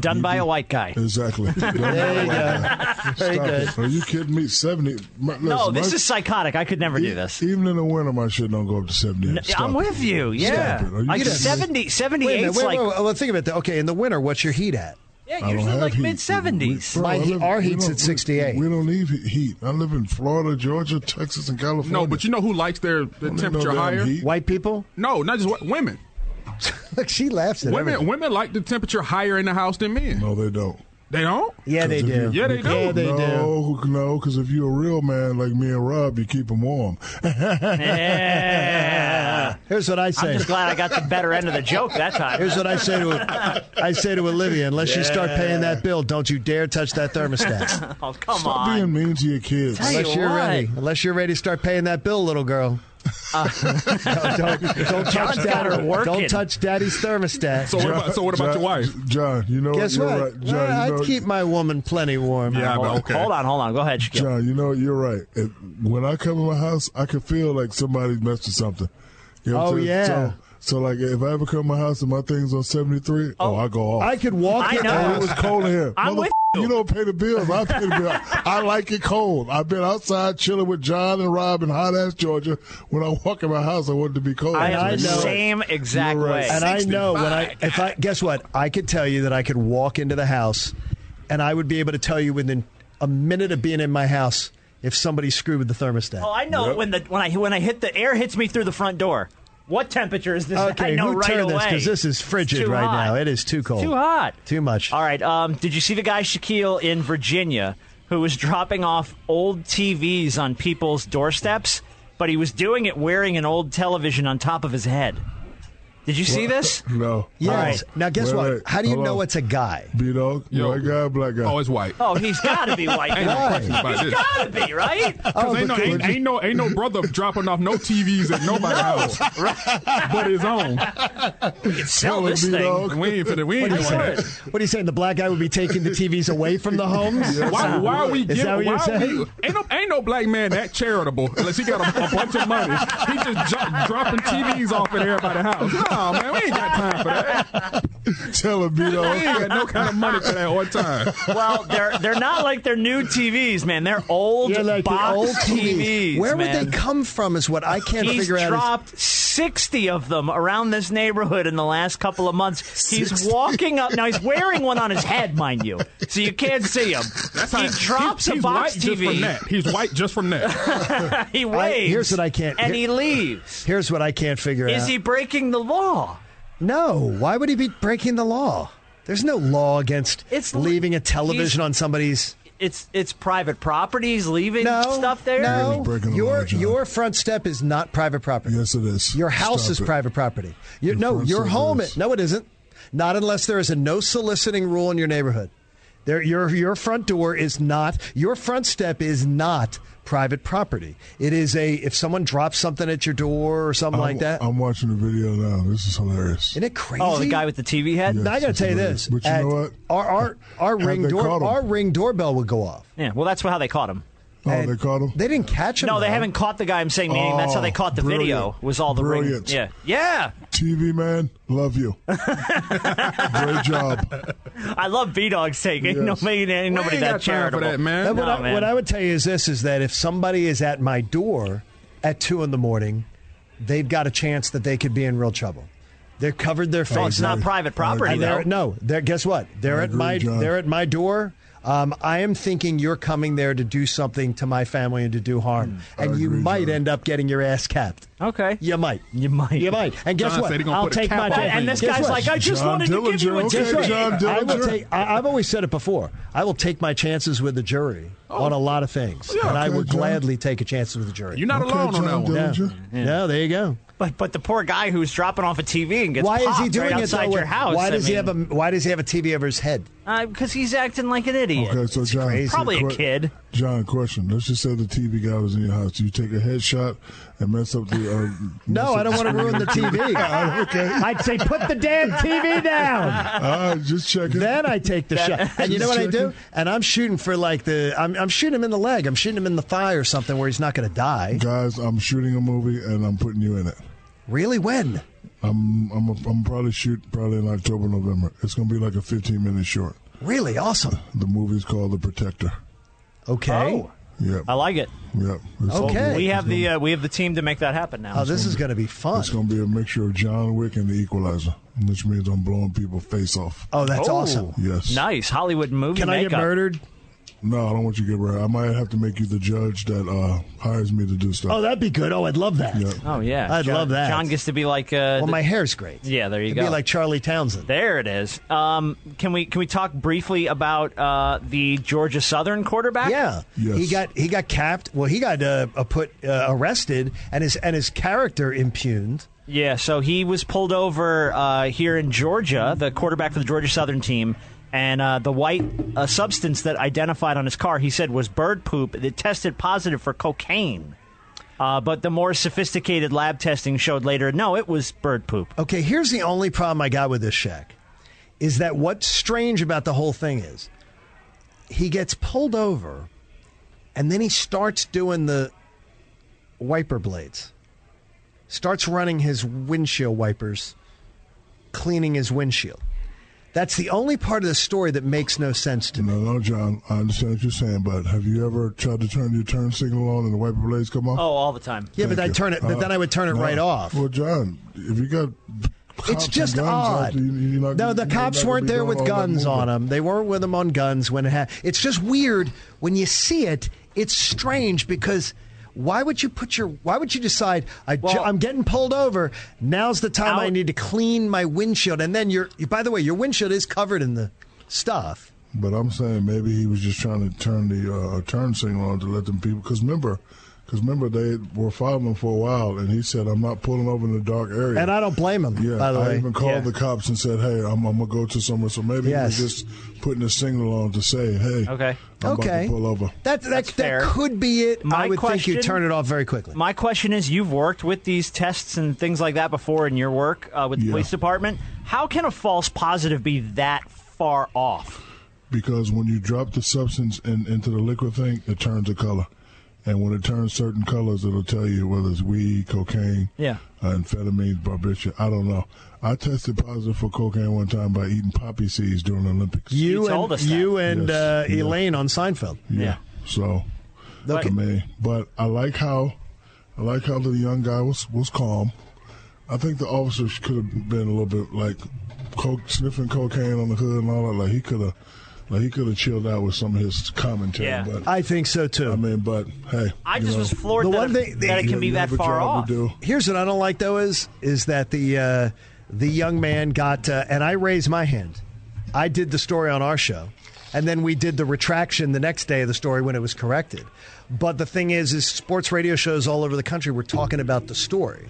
Speaker 5: Done by a white guy.
Speaker 4: Exactly. there
Speaker 3: you go. Very good.
Speaker 4: Are you kidding me? Seventy. My,
Speaker 5: No,
Speaker 4: listen,
Speaker 5: this
Speaker 4: my-
Speaker 5: is psychotic. I could never do this.
Speaker 4: Even in the winter, my shit don't go up to seventy. Stop
Speaker 5: I'm
Speaker 4: it.
Speaker 5: with you. Yeah.
Speaker 4: Stop it. Are you
Speaker 5: Like
Speaker 4: kidding me?
Speaker 5: 70,
Speaker 3: Wait a
Speaker 5: 78
Speaker 3: minute.
Speaker 5: 's
Speaker 3: Wait,
Speaker 5: like,
Speaker 3: wait, wait, Well, think about that. Okay, in the winter, what's your heat at?
Speaker 5: yeah,
Speaker 4: I don't
Speaker 5: usually
Speaker 4: have
Speaker 5: like
Speaker 4: heat.
Speaker 5: mid 70s.
Speaker 4: Bro,
Speaker 3: My
Speaker 4: I
Speaker 3: heat- our
Speaker 4: we
Speaker 3: heat's
Speaker 4: don't-
Speaker 3: at
Speaker 4: we-
Speaker 3: 68.
Speaker 4: We don't need he- heat. I live in Florida, Georgia, Texas, and California.
Speaker 8: No, but you know who likes their, their
Speaker 4: Don't need no
Speaker 8: temperature
Speaker 4: damn
Speaker 8: higher?
Speaker 4: heat.
Speaker 3: White people?
Speaker 8: No, not just wh- women.
Speaker 3: Look, she laughs at
Speaker 8: Women
Speaker 3: everything.
Speaker 8: women like the temperature higher in the house than men.
Speaker 4: No, they don't.
Speaker 8: They don't?
Speaker 3: Yeah, they do.
Speaker 8: Yeah, they do.
Speaker 3: Yeah, they
Speaker 4: no,
Speaker 3: do.
Speaker 4: no, because if you're a real man like me and Rob, you keep them warm.
Speaker 5: Yeah.
Speaker 3: Here's what I
Speaker 5: I'm
Speaker 3: say.
Speaker 5: just glad I got the better end of the joke that time.
Speaker 3: Here's what I say to I say to Olivia. Unless you start paying that bill, don't you dare touch that thermostat.
Speaker 5: oh, come
Speaker 4: Stop
Speaker 5: on.
Speaker 4: being mean to your kids.
Speaker 5: Tell you
Speaker 3: Unless you're
Speaker 5: what.
Speaker 3: ready. Unless you're ready to start paying that bill, little girl. No, don't, don't touch
Speaker 5: John's got her
Speaker 3: daddy.
Speaker 5: working.
Speaker 3: Don't touch daddy's thermostat.
Speaker 8: So what about, so what about your wife?
Speaker 4: John, you know
Speaker 3: Guess
Speaker 4: you're
Speaker 3: what?
Speaker 4: right. John,
Speaker 3: Nah,
Speaker 4: you know,
Speaker 3: I'd keep my woman plenty warm.
Speaker 8: Yeah,
Speaker 5: Hold,
Speaker 8: but okay.
Speaker 5: hold on, hold on. Go ahead, Shaquille.
Speaker 4: John, you know you're right. If- when I come in my house, I can feel like somebody messed with something. You know what
Speaker 3: Oh,
Speaker 4: I'm saying?
Speaker 3: yeah.
Speaker 4: So, so like if I ever come to my house and my things on 73, oh, I go off.
Speaker 3: I could walk
Speaker 5: I
Speaker 3: in.
Speaker 5: know.
Speaker 4: Oh, it was cold in here.
Speaker 5: I'm
Speaker 4: Motherf-
Speaker 5: with you.
Speaker 4: you. don't pay the bills. I pay the bill. I like it cold. I've been outside chilling with John and Rob in hot ass Georgia. When I walk in my house, I want it to be cold.
Speaker 5: I
Speaker 3: And I
Speaker 5: am the
Speaker 3: know-
Speaker 5: same exact
Speaker 4: You're right.
Speaker 5: way.
Speaker 3: And I know when I if I guess what I could tell you that I could walk into the house, and I would be able to tell you within a minute of being in my house if somebody screwed with the thermostat.
Speaker 5: Oh, I know when the when I when I hit the air hits me through the front door. What temperature is this?
Speaker 3: Okay,
Speaker 5: I know
Speaker 3: who
Speaker 5: right
Speaker 3: turned
Speaker 5: away.
Speaker 3: this? Because this is
Speaker 5: It's
Speaker 3: frigid
Speaker 5: too
Speaker 3: right
Speaker 5: hot.
Speaker 3: now. It is too cold.
Speaker 5: Too hot.
Speaker 3: Too much.
Speaker 5: All right. Um, did you see the guy Shaquille in Virginia who was dropping off old TVs on people's doorsteps, but he was doing it wearing an old television on top of his head? Did you see this?
Speaker 4: No.
Speaker 3: Yes.
Speaker 5: All right.
Speaker 3: Now, guess
Speaker 4: Wait,
Speaker 3: what?
Speaker 4: wait.
Speaker 3: How do you
Speaker 4: Hold
Speaker 3: know
Speaker 4: on.
Speaker 3: it's a guy?
Speaker 4: B dog,
Speaker 8: Yo.
Speaker 4: white guy, black guy.
Speaker 8: Oh, it's white.
Speaker 5: Oh, he's got to be white.
Speaker 8: Ain't no
Speaker 5: now.
Speaker 8: question about this.
Speaker 5: gotta be right.
Speaker 8: Cause ain't, no, ain't, ain't no ain't no brother dropping off no TVs at nobody's house, but his own.
Speaker 5: Sell
Speaker 4: would
Speaker 5: this
Speaker 4: be
Speaker 5: thing.
Speaker 4: wrong.
Speaker 8: And we ain't finna we ain't doing that.
Speaker 3: What are you saying? The black guy would be taking the TVs away from the homes?
Speaker 8: Why, why are we
Speaker 3: Is that what
Speaker 8: giving?
Speaker 3: you're
Speaker 8: Why are we,
Speaker 3: saying?
Speaker 8: ain't no ain't no black man that charitable unless he got a, a bunch of money. He just jo- dropping TVs off at everybody's house. No man, we ain't got time for that.
Speaker 4: Tell him, B
Speaker 8: We ain't
Speaker 4: dog.
Speaker 8: got no kind of money for that one time.
Speaker 5: Well, they're they're not like their new TVs, man. They're old
Speaker 3: Yeah, like the
Speaker 5: box
Speaker 3: old
Speaker 5: TVs.
Speaker 3: Where
Speaker 5: man.
Speaker 3: would they come from? Is what I can't
Speaker 5: He's
Speaker 3: figure out. is-
Speaker 5: dropped 60 of them around this neighborhood in the last couple of months. He's walking up. Now, he's wearing one on his head, mind you, so you can't see him. he drops
Speaker 8: he's,
Speaker 5: a
Speaker 8: he's
Speaker 5: box
Speaker 8: white Just from
Speaker 5: TV.
Speaker 8: that. He's white just from that.
Speaker 5: He waves.
Speaker 3: here's what I can't-
Speaker 5: And
Speaker 3: here-
Speaker 5: he leaves.
Speaker 3: Here's what I can't figure
Speaker 5: Is
Speaker 3: out.
Speaker 5: he breaking the law?
Speaker 3: No. Why would he be breaking the law? There's no law against
Speaker 5: It's l-
Speaker 3: leaving a television
Speaker 5: he's-
Speaker 3: on somebody's.
Speaker 5: It's it's private properties leaving
Speaker 3: No
Speaker 5: stuff there.
Speaker 4: You're
Speaker 3: No,
Speaker 4: breaking the law,
Speaker 3: your
Speaker 4: John.
Speaker 3: your front step is not private property.
Speaker 4: Yes, it is.
Speaker 3: Your house
Speaker 4: Stop
Speaker 3: is
Speaker 4: it.
Speaker 3: private property. You,
Speaker 4: Your
Speaker 3: no,
Speaker 4: front
Speaker 3: your
Speaker 4: step
Speaker 3: home.
Speaker 4: is.
Speaker 3: It, no, it isn't. Not unless there is a no soliciting rule in your neighborhood. There, your your front door is not. Your front step is not private property. It is a if someone drops something at your door or something like
Speaker 4: I'm-
Speaker 3: that.
Speaker 4: I'm watching the video now. This is hilarious.
Speaker 3: isn't it crazy?
Speaker 5: Oh, the guy with the TV head.
Speaker 4: Yeah.
Speaker 3: Now, I got to
Speaker 4: It's
Speaker 3: tell you
Speaker 4: hilarious.
Speaker 3: this.
Speaker 4: But you
Speaker 3: at-
Speaker 4: know what?
Speaker 3: Our our, our
Speaker 4: Had
Speaker 3: ring
Speaker 4: they
Speaker 3: door
Speaker 4: caught him.
Speaker 3: our ring doorbell would go off.
Speaker 5: Yeah, Well, that's how they caught him.
Speaker 4: Oh,
Speaker 3: And
Speaker 4: they caught him.
Speaker 3: They didn't catch him.
Speaker 5: No, they
Speaker 3: though.
Speaker 5: haven't caught the guy. I'm saying, meaning that's how they
Speaker 4: Oh,
Speaker 5: caught the video.
Speaker 4: brilliant.
Speaker 5: Was all the
Speaker 4: Brilliant.
Speaker 5: ring? Yeah, yeah.
Speaker 4: TV man, love you. Great job.
Speaker 5: I love B Dog's take. Ain't
Speaker 4: Yes.
Speaker 5: nobody, ain't
Speaker 8: We
Speaker 5: nobody
Speaker 8: ain't
Speaker 5: that
Speaker 8: got time for
Speaker 5: charitable.
Speaker 8: that, man.
Speaker 3: Now, what,
Speaker 5: No,
Speaker 3: I,
Speaker 5: man.
Speaker 3: what I would tell you is this: is that if somebody is at my door at two in the morning, they've got a chance that they could be in real trouble. They've covered their face.
Speaker 5: Well, it's not private property,
Speaker 3: And Uh, they're-
Speaker 5: though.
Speaker 3: No, they're, guess what? They're
Speaker 4: I
Speaker 3: at
Speaker 4: agree,
Speaker 3: my
Speaker 4: John.
Speaker 3: they're at my door. Um, I am thinking you're coming there to do something to my family and to do harm, and you
Speaker 4: agree,
Speaker 3: might
Speaker 4: John.
Speaker 3: end up getting your ass capped.
Speaker 5: Okay.
Speaker 3: You might.
Speaker 5: You might.
Speaker 3: You might. And guess
Speaker 8: John
Speaker 3: what?
Speaker 8: said he gonna
Speaker 3: I'll
Speaker 8: put a
Speaker 3: take
Speaker 8: cap
Speaker 3: my
Speaker 8: on
Speaker 3: chance.
Speaker 8: things.
Speaker 5: And this
Speaker 3: Guess
Speaker 5: guy's
Speaker 3: what?
Speaker 5: like, I just
Speaker 4: John
Speaker 5: wanted to give you
Speaker 4: Dillinger,
Speaker 5: a
Speaker 4: okay,
Speaker 5: tip.
Speaker 3: That's
Speaker 4: John
Speaker 3: right. I will
Speaker 4: Dillinger.
Speaker 3: take. I, I've always said it before. I will take my chances with the jury on a lot of things,
Speaker 4: Yeah,
Speaker 3: and I
Speaker 4: okay,
Speaker 3: will
Speaker 4: John.
Speaker 3: gladly take a chance with the jury.
Speaker 8: You're not
Speaker 4: Okay,
Speaker 8: alone on that
Speaker 4: John
Speaker 8: one.
Speaker 3: yeah.
Speaker 4: Dillinger.
Speaker 3: No, there you go.
Speaker 5: But but the poor guy who's dropping off a TV and gets
Speaker 3: why is
Speaker 5: popped
Speaker 3: he doing
Speaker 5: right
Speaker 3: it though?
Speaker 5: outside your house?
Speaker 3: why
Speaker 5: I
Speaker 3: does he
Speaker 5: mean,
Speaker 3: have a Why does he have a TV over his head?
Speaker 5: Because he's acting like an idiot.
Speaker 4: Okay, so John,
Speaker 3: crazy.
Speaker 5: Probably a
Speaker 4: que-
Speaker 5: kid.
Speaker 4: John, question. Let's just say the TV guy was in your house. Do you take a headshot and mess up the? Uh,
Speaker 3: No,
Speaker 4: mess
Speaker 3: I
Speaker 4: up
Speaker 3: don't want to
Speaker 4: screen?
Speaker 3: ruin the TV.
Speaker 4: Oh, okay,
Speaker 3: I'd say put the damn TV down.
Speaker 4: all right, just checking.
Speaker 3: Then I take the shot, and you know what I do? And I'm shooting for like the I'm, I'm shooting him in the leg. I'm shooting him in the thigh or something where he's not going to die.
Speaker 4: Guys, I'm shooting a movie and I'm putting you in it.
Speaker 3: Really? When?
Speaker 4: I'm I'm I'm probably shoot probably in October November. It's gonna be like a 15 minute short.
Speaker 3: Really? Awesome.
Speaker 4: The movie's called The Protector.
Speaker 3: Okay.
Speaker 5: Oh,
Speaker 4: Yep.
Speaker 3: Uh,
Speaker 5: I like it.
Speaker 4: yep. It's
Speaker 3: Okay.
Speaker 4: gonna be-
Speaker 5: We have the uh, we have the team to make that happen now.
Speaker 3: Oh, this is going to be fun.
Speaker 4: It's gonna be a mixture of John Wick and The Equalizer, which means I'm blowing people face off.
Speaker 3: Oh, that's
Speaker 5: Oh.
Speaker 3: awesome.
Speaker 4: Yes.
Speaker 5: nice Hollywood movie
Speaker 3: Can I
Speaker 5: makeup.
Speaker 3: get murdered?
Speaker 4: No, I don't want you to get right. I might have to make you the judge that uh, hires me to do stuff.
Speaker 3: Oh, that'd be good. Oh, I'd love that.
Speaker 4: Yeah.
Speaker 5: Oh yeah,
Speaker 3: I'd
Speaker 5: John-
Speaker 3: love that.
Speaker 5: John gets to be like uh,
Speaker 3: Well,
Speaker 5: the-
Speaker 3: my hair's great.
Speaker 5: yeah. There you
Speaker 3: It'd
Speaker 5: go.
Speaker 3: be like Charlie Townsend.
Speaker 5: There it is. Um, can we can we talk briefly about uh, the Georgia Southern quarterback?
Speaker 3: Yeah,
Speaker 4: Yes.
Speaker 3: he got he got capped. Well, he got uh, uh, put uh, arrested and his and his character impugned.
Speaker 5: Yeah. So he was pulled over uh, here in Georgia, the quarterback for the Georgia Southern team, and uh, the white uh, substance that identified on his car, he said, was bird poop. It tested positive for cocaine. Uh, but the more sophisticated lab testing showed later, no, it was bird poop.
Speaker 3: Okay, here's the only problem I got with this Shaq, is that what's strange about the whole thing is he gets pulled over, and then he starts doing the wiper blades, starts running his windshield wipers, cleaning his windshield. That's the only part of the story that makes no sense to me.
Speaker 4: No, no, John. I understand what you're saying, but have you ever tried to turn your turn signal on and the wiper blades come off? Uh,
Speaker 5: Oh, all the time.
Speaker 3: Yeah, but I turn it, but then I would turn it
Speaker 4: No.
Speaker 3: right off.
Speaker 4: Well, John, if you got cops
Speaker 3: It's
Speaker 4: and
Speaker 3: just
Speaker 4: guns
Speaker 3: odd.
Speaker 4: out there, you- you're not
Speaker 3: no,
Speaker 4: gonna-
Speaker 3: the
Speaker 4: you're
Speaker 3: cops
Speaker 4: not gonna
Speaker 3: weren't
Speaker 4: be
Speaker 3: there
Speaker 4: doing
Speaker 3: with
Speaker 4: all that
Speaker 3: guns on
Speaker 4: movement.
Speaker 3: them. They weren't with them on guns when it happened. It's just weird when you see it. It's strange because why would you put your why would you decide I
Speaker 5: Well-
Speaker 3: am getting pulled over now's the time I
Speaker 5: Out-
Speaker 3: need to clean my windshield and then your by the way your windshield is covered in the stuff.
Speaker 4: But I'm saying maybe he was just trying to turn the uh, turn signal on to let them people. Because remember, Because remember, they were following him for a while, and he said, I'm not pulling over in the dark area.
Speaker 3: And I don't blame him,
Speaker 4: Yeah,
Speaker 3: by the
Speaker 4: I
Speaker 3: way.
Speaker 4: even called
Speaker 5: Yeah.
Speaker 4: the cops and said, "Hey, I'm, I'm gonna go to somewhere." So maybe
Speaker 3: Yes.
Speaker 4: he was just putting a signal on to say, "Hey,
Speaker 5: Okay.
Speaker 4: I'm about
Speaker 3: okay.
Speaker 4: to pull over."
Speaker 3: That, that,
Speaker 5: That's
Speaker 3: that
Speaker 5: fair.
Speaker 3: could be it. I
Speaker 5: My
Speaker 3: would think you
Speaker 5: question-
Speaker 3: turn it off very quickly.
Speaker 5: My question is you've worked with these tests and things like that before in your work uh, with the
Speaker 4: Yeah.
Speaker 5: police department. How can a false positive be that far off?
Speaker 4: Because when you drop the substance in, into the liquid thing, it turns a color, and when it turns certain colors, it'll tell you whether it's weed, cocaine,
Speaker 5: Yeah.
Speaker 4: uh, amphetamines, barbiturate. I don't know. I tested positive for cocaine one time by eating poppy seeds during the Olympics.
Speaker 3: you
Speaker 5: He
Speaker 3: and
Speaker 5: told us that.
Speaker 3: you and
Speaker 4: Yes,
Speaker 3: uh,
Speaker 4: yeah.
Speaker 3: Elaine on Seinfeld.
Speaker 5: Yeah.
Speaker 4: So,
Speaker 5: Okay.
Speaker 4: I mean, but I like how, I like how the young guy was was calm. I think the officer sh- could have been a little bit like, coke, sniffing cocaine on the hood and all that. Like he could have, like he could have chilled out with some of his commentary.
Speaker 5: Yeah.
Speaker 4: But I,
Speaker 3: I think so too.
Speaker 4: mean, but hey,
Speaker 5: I
Speaker 4: you
Speaker 5: just
Speaker 4: know,
Speaker 5: was floored
Speaker 3: The
Speaker 5: that,
Speaker 3: one
Speaker 5: it,
Speaker 3: thing-
Speaker 5: that it
Speaker 4: you
Speaker 5: can
Speaker 4: know,
Speaker 5: be
Speaker 4: you
Speaker 5: that
Speaker 4: have a
Speaker 5: far
Speaker 4: job
Speaker 5: off.
Speaker 4: To do.
Speaker 3: Here's what I don't like though is is that the uh, the young man got uh, and I raised my hand. I did the story on our show, and then we did the retraction the next day of the story when it was corrected. But the thing is, is sports radio shows all over the country were talking about the story.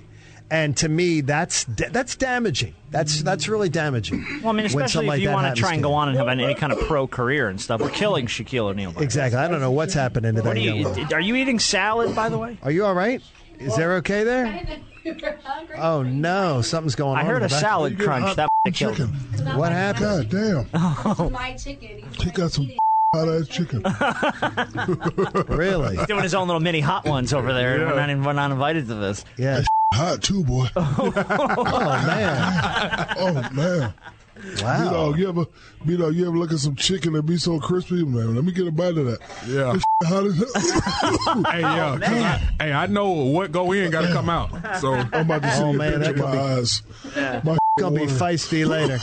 Speaker 3: And to me, that's da- that's damaging. That's that's really damaging.
Speaker 5: Well, I mean,
Speaker 3: when
Speaker 5: especially
Speaker 3: something
Speaker 5: if
Speaker 3: like
Speaker 5: you
Speaker 3: that
Speaker 5: want
Speaker 3: happens
Speaker 5: to try and
Speaker 3: you.
Speaker 5: go on and have any kind of pro career and stuff. We're killing Shaquille O'Neal. by the way.
Speaker 3: Exactly. I don't know what's happening to
Speaker 5: What
Speaker 3: that
Speaker 5: are
Speaker 3: young
Speaker 5: you,
Speaker 3: man.
Speaker 5: are you eating salad, by the way?
Speaker 3: Are you all right? Is there okay there? Oh no, something's going on.
Speaker 5: I
Speaker 3: in
Speaker 5: heard
Speaker 3: the
Speaker 5: a
Speaker 3: back.
Speaker 5: salad
Speaker 4: You get hot
Speaker 5: crunch. That killed
Speaker 4: chicken.
Speaker 5: him. Oh,
Speaker 3: What happened?
Speaker 4: God damn,
Speaker 11: My chicken.
Speaker 4: he got some hot ass chicken.
Speaker 3: Really?
Speaker 5: Doing his own little mini hot ones over there, and we're not, we're not invited to this.
Speaker 3: Yeah.
Speaker 4: hot too, boy.
Speaker 3: Oh man.
Speaker 4: Oh man. You
Speaker 3: Wow.
Speaker 4: know, you ever, you know, you ever look at some chicken and be so crispy, man? Let me get a bite of that.
Speaker 8: Yeah.
Speaker 4: This hot as hell.
Speaker 8: Hey,
Speaker 5: Oh,
Speaker 3: Oh,
Speaker 8: yeah. 'cause I- hey, I know what go in got to come out. So
Speaker 4: I'm about to see
Speaker 3: Oh,
Speaker 4: oh,
Speaker 3: man,
Speaker 4: man,
Speaker 3: that
Speaker 4: in my
Speaker 3: could be-
Speaker 4: eyes. My
Speaker 3: gonna be
Speaker 4: water.
Speaker 3: feisty later.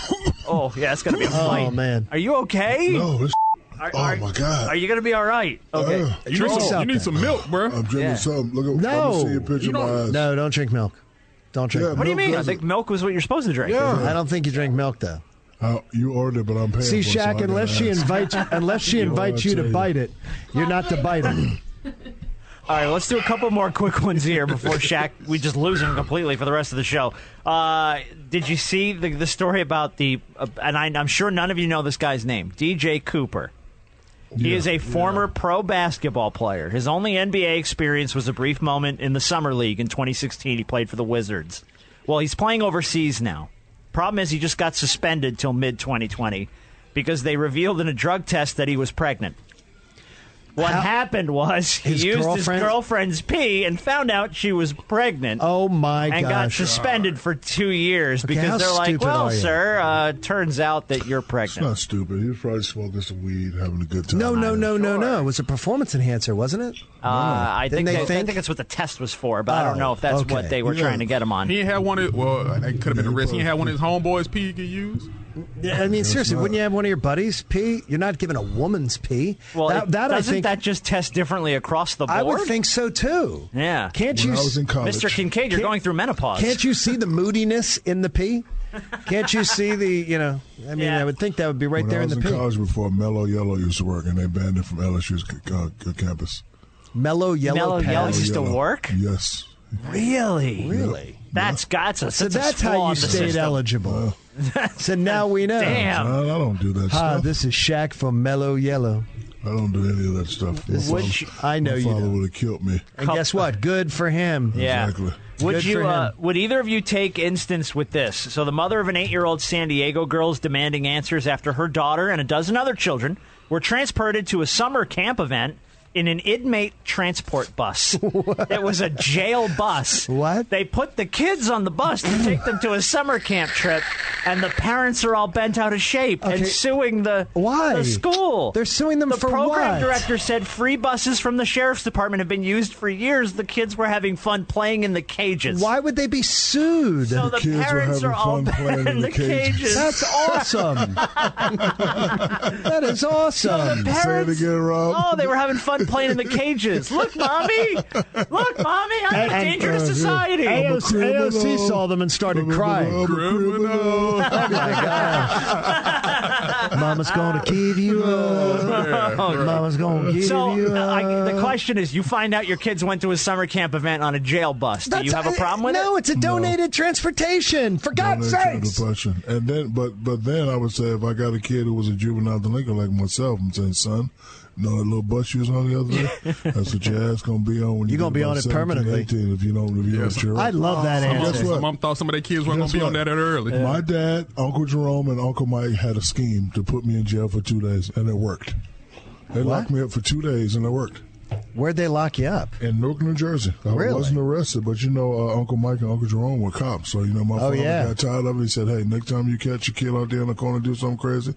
Speaker 5: Oh, yeah, it's going to be a fight.
Speaker 3: Oh man.
Speaker 5: Are you okay?
Speaker 4: No, this.
Speaker 5: Are,
Speaker 4: oh
Speaker 5: are-
Speaker 4: my God.
Speaker 5: Are you going to be all right? Okay.
Speaker 4: Uh,
Speaker 8: you need, some, you
Speaker 3: something.
Speaker 8: need some milk, bro.
Speaker 4: I'm drinking
Speaker 5: Yeah.
Speaker 4: something. Look, at- I'm
Speaker 3: No.
Speaker 4: gonna see your picture
Speaker 8: You
Speaker 4: in my
Speaker 8: don't-
Speaker 4: eyes.
Speaker 3: No, don't drink milk. Don't drink.
Speaker 4: Yeah,
Speaker 3: milk.
Speaker 5: what do you
Speaker 4: milk
Speaker 5: mean? I
Speaker 4: doesn't-
Speaker 5: think milk was what you're supposed to drink.
Speaker 4: Yeah.
Speaker 3: I don't think you drink milk though.
Speaker 4: Uh, you ordered it, but I'm paying
Speaker 3: See,
Speaker 4: for it. so I
Speaker 3: Shaq,
Speaker 4: gotta
Speaker 3: unless she
Speaker 4: ask.
Speaker 3: invites unless she
Speaker 4: Yeah,
Speaker 3: invites
Speaker 4: I
Speaker 3: you to
Speaker 4: tell you.
Speaker 3: bite it, you're not to bite it.
Speaker 5: All right, let's do a couple more quick ones here before Shaq. We just lose him completely for the rest of the show. Uh, did you see the, the story about the? Uh, and I, I'm sure none of you know this guy's name, DJ Cooper. He is a former pro basketball player. His only NBA experience was a brief moment in the summer league in 2016. He played for the Wizards. Well, he's playing overseas now. Problem is, he just got suspended till mid 2020 because they revealed in a drug test that he was pregnant. What
Speaker 3: How-
Speaker 5: happened was he
Speaker 3: His
Speaker 5: used
Speaker 3: girlfriend-
Speaker 5: his girlfriend's pee and found out she was pregnant.
Speaker 3: Oh my
Speaker 5: and got
Speaker 3: gosh.
Speaker 5: suspended for two years
Speaker 3: how
Speaker 5: because they're like,
Speaker 3: stupid
Speaker 5: "Well,
Speaker 3: are you?"
Speaker 5: sir, uh, turns out that you're
Speaker 4: It's
Speaker 5: pregnant."
Speaker 4: not stupid. He was probably smoking some weed, having a good time.
Speaker 3: No, no, no, no, no. It was a performance enhancer, wasn't it?
Speaker 5: Uh, I
Speaker 3: Didn't
Speaker 5: think
Speaker 3: they
Speaker 5: that- I
Speaker 3: think-
Speaker 5: think that's what the test was for, but I
Speaker 3: Oh,
Speaker 5: don't know if that's
Speaker 3: okay.
Speaker 5: what they were
Speaker 4: Yeah.
Speaker 5: trying to get him on.
Speaker 8: He ain't had one of, well, that could have been a risk. He ain't had one of his homeboys pee he could use.
Speaker 3: I mean, seriously,
Speaker 4: not.
Speaker 3: wouldn't you have one of your buddies pee? You're not giving a woman's pee.
Speaker 5: well,
Speaker 3: that,
Speaker 5: it-
Speaker 3: that I
Speaker 5: doesn't
Speaker 3: think
Speaker 5: that just test differently across the board?
Speaker 3: I would think so too.
Speaker 5: Yeah.
Speaker 3: Can't
Speaker 4: When
Speaker 3: you?
Speaker 4: I was in college,
Speaker 5: Mr. Kincaid, you're
Speaker 3: Can't-
Speaker 5: going through menopause.
Speaker 3: Can't you see the moodiness in the pee? Can't you see the, you know, I mean,
Speaker 5: Yeah.
Speaker 3: I would think that would be right
Speaker 4: when
Speaker 3: there
Speaker 4: I
Speaker 3: in
Speaker 4: was
Speaker 3: the
Speaker 4: in
Speaker 3: pee.
Speaker 4: college before Mellow Yellow used to work, and they banned it from LSU's c- uh, c- campus.
Speaker 3: Mellow Oh, yellow
Speaker 5: Mellow
Speaker 3: pad.
Speaker 5: yellow used to
Speaker 4: Yellow.
Speaker 5: work?
Speaker 4: Yes.
Speaker 5: Really?
Speaker 3: Really?
Speaker 5: That's that's a,
Speaker 3: So
Speaker 5: that's, a
Speaker 3: that's
Speaker 5: flaw
Speaker 3: how you
Speaker 5: in the
Speaker 3: stayed
Speaker 5: system.
Speaker 3: eligible. so now we know.
Speaker 5: Damn.
Speaker 4: John, I don't do that
Speaker 3: Hi,
Speaker 4: stuff.
Speaker 3: this is Shaq from Mellow Yellow.
Speaker 4: I don't do any of that stuff. My
Speaker 3: This
Speaker 4: father,
Speaker 3: is- I know
Speaker 4: my
Speaker 3: you
Speaker 4: father
Speaker 3: don't.
Speaker 4: would have killed me.
Speaker 3: And guess what? Good for him.
Speaker 5: Yeah.
Speaker 4: Exactly.
Speaker 5: Would
Speaker 3: Good for
Speaker 5: you? Uh,
Speaker 3: him.
Speaker 5: would either of you take instance with this? So the mother of an eight-year-old San Diego girl is demanding answers after her daughter and a dozen other children were transported to a summer camp event in an inmate transport bus. it was a jail bus.
Speaker 3: What?
Speaker 5: They put the kids on the bus to take them to a summer camp trip, and the parents are all bent out of shape
Speaker 3: Okay.
Speaker 5: and suing the
Speaker 3: Why?
Speaker 5: the school.
Speaker 3: They're suing them
Speaker 5: the
Speaker 3: for
Speaker 5: program
Speaker 3: what?
Speaker 5: director director said free buses from the sheriff's department have been used for years. The kids were having fun playing in the cages.
Speaker 3: Why would they be sued?
Speaker 5: So the
Speaker 4: kids were
Speaker 5: parents
Speaker 4: having
Speaker 5: are all
Speaker 4: fun playing
Speaker 5: in the cages.
Speaker 3: That's awesome. that is awesome.
Speaker 4: Say it
Speaker 5: Parents-
Speaker 4: again, Rob.
Speaker 5: Oh, they were having fun playing in the cages. Look, mommy. Look, mommy. I'm a danger to
Speaker 3: uh,
Speaker 5: society.
Speaker 3: AOC, AOC saw them and started crying. Oh Mama's going to give you up. Oh, Mama's going to give
Speaker 5: So uh,
Speaker 3: you up.
Speaker 5: I, the question is, you find out your kids went to a summer camp event on a jail bus. Do you have a problem with
Speaker 3: no,
Speaker 5: it?
Speaker 3: it's a donated transportation. For God's
Speaker 4: Donated
Speaker 3: sakes.
Speaker 4: to depression. And then, but but then I would say if I got a kid who was a juvenile delinquent like myself, I'm saying, son, you know that little bus you was on the other day? That's what your ass gonna be on when
Speaker 3: You
Speaker 4: you
Speaker 3: gonna
Speaker 4: get
Speaker 3: be
Speaker 4: about
Speaker 3: on it
Speaker 4: 17,
Speaker 3: permanently.
Speaker 4: 18 if you don't if you don't cheer up.
Speaker 3: I love that
Speaker 8: Some-
Speaker 3: answer.
Speaker 4: Guess what?
Speaker 8: Mom thought some of their kids weren't going
Speaker 4: Guess
Speaker 8: to be
Speaker 4: what?
Speaker 8: on that early.
Speaker 4: My dad, Uncle Jerome, and Uncle Mike had a scheme to put me in jail for two days, and it worked. They locked me up for two days, and it worked.
Speaker 3: Where'd they lock you up?
Speaker 4: In Newark, New Jersey. I
Speaker 3: Really?
Speaker 4: wasn't arrested, but you know, uh, Uncle Mike and Uncle Jerome were cops. So, you know, my father
Speaker 3: Oh, yeah.
Speaker 4: got tired of it. He said, hey, next time you catch your kid out there in the corner do something crazy,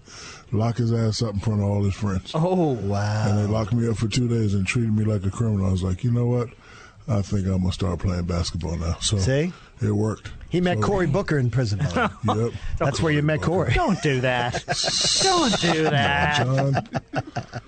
Speaker 4: lock his ass up in front of all his friends.
Speaker 3: Oh, wow.
Speaker 4: And they locked me up for two days and treated me like a criminal. I was like, you know what? I think I'm going to start playing basketball now. So
Speaker 3: See?
Speaker 4: It worked.
Speaker 3: He met
Speaker 4: So-
Speaker 3: Cory Booker in prison. by the way.
Speaker 4: Yep.
Speaker 3: That's where you met Cory.
Speaker 5: Don't do that. Don't do that.
Speaker 4: John,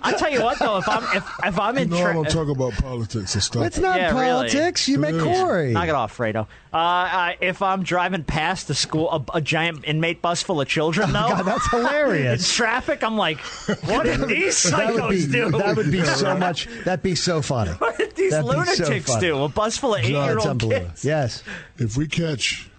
Speaker 5: I tell you what, though, if I'm if, if I'm in
Speaker 4: No, I
Speaker 5: tra-
Speaker 4: don't talk about politics and stuff.
Speaker 3: It's not
Speaker 5: Yeah, really.
Speaker 3: politics. You met Corey.
Speaker 5: Knock it off, Fredo. Uh, I, if I'm driving past the school, a, a giant inmate bus full of children, though,
Speaker 3: Oh God, that's
Speaker 5: in
Speaker 3: hilarious.
Speaker 5: traffic, I'm like, what did these
Speaker 3: That would
Speaker 5: psychos
Speaker 3: be
Speaker 5: do?
Speaker 3: that would be so much. That'd be so funny.
Speaker 5: what did these
Speaker 3: That'd be so
Speaker 5: lunatics
Speaker 3: funny.
Speaker 5: do? A bus full of eight year
Speaker 3: That's
Speaker 5: old
Speaker 3: unbelievable.
Speaker 5: kids.
Speaker 3: Yes.
Speaker 4: If we catch,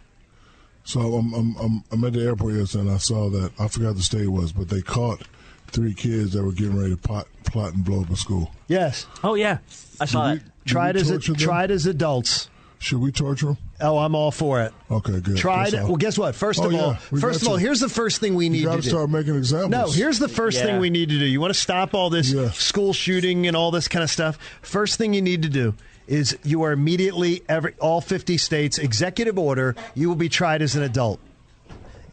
Speaker 4: so I'm I'm I'm, I'm at the airport yesterday and I saw that I forgot the state it was, but they caught three kids that were getting ready to pot, plot and blow up a school.
Speaker 3: Yes.
Speaker 5: Oh yeah, I saw that.
Speaker 4: Did we
Speaker 3: Tried as a,
Speaker 4: torture them?
Speaker 3: tried as adults.
Speaker 4: Should we torture them?
Speaker 3: Oh, I'm all for it.
Speaker 4: Okay, good.
Speaker 3: Tried.
Speaker 4: That's all.
Speaker 3: Well, guess what? First
Speaker 4: Oh,
Speaker 3: of all,
Speaker 4: yeah, we
Speaker 3: first
Speaker 4: got
Speaker 3: of all,
Speaker 4: you.
Speaker 3: here's the first thing we need
Speaker 4: You got
Speaker 3: to
Speaker 4: to
Speaker 3: do.
Speaker 4: start making examples.
Speaker 3: No, here's the first
Speaker 5: Yeah.
Speaker 3: thing we need to do. You want to stop all this
Speaker 4: Yeah.
Speaker 3: school shooting and all this kind of stuff? First thing you need to do is you are immediately every all 50 states executive order, you will be tried as an adult.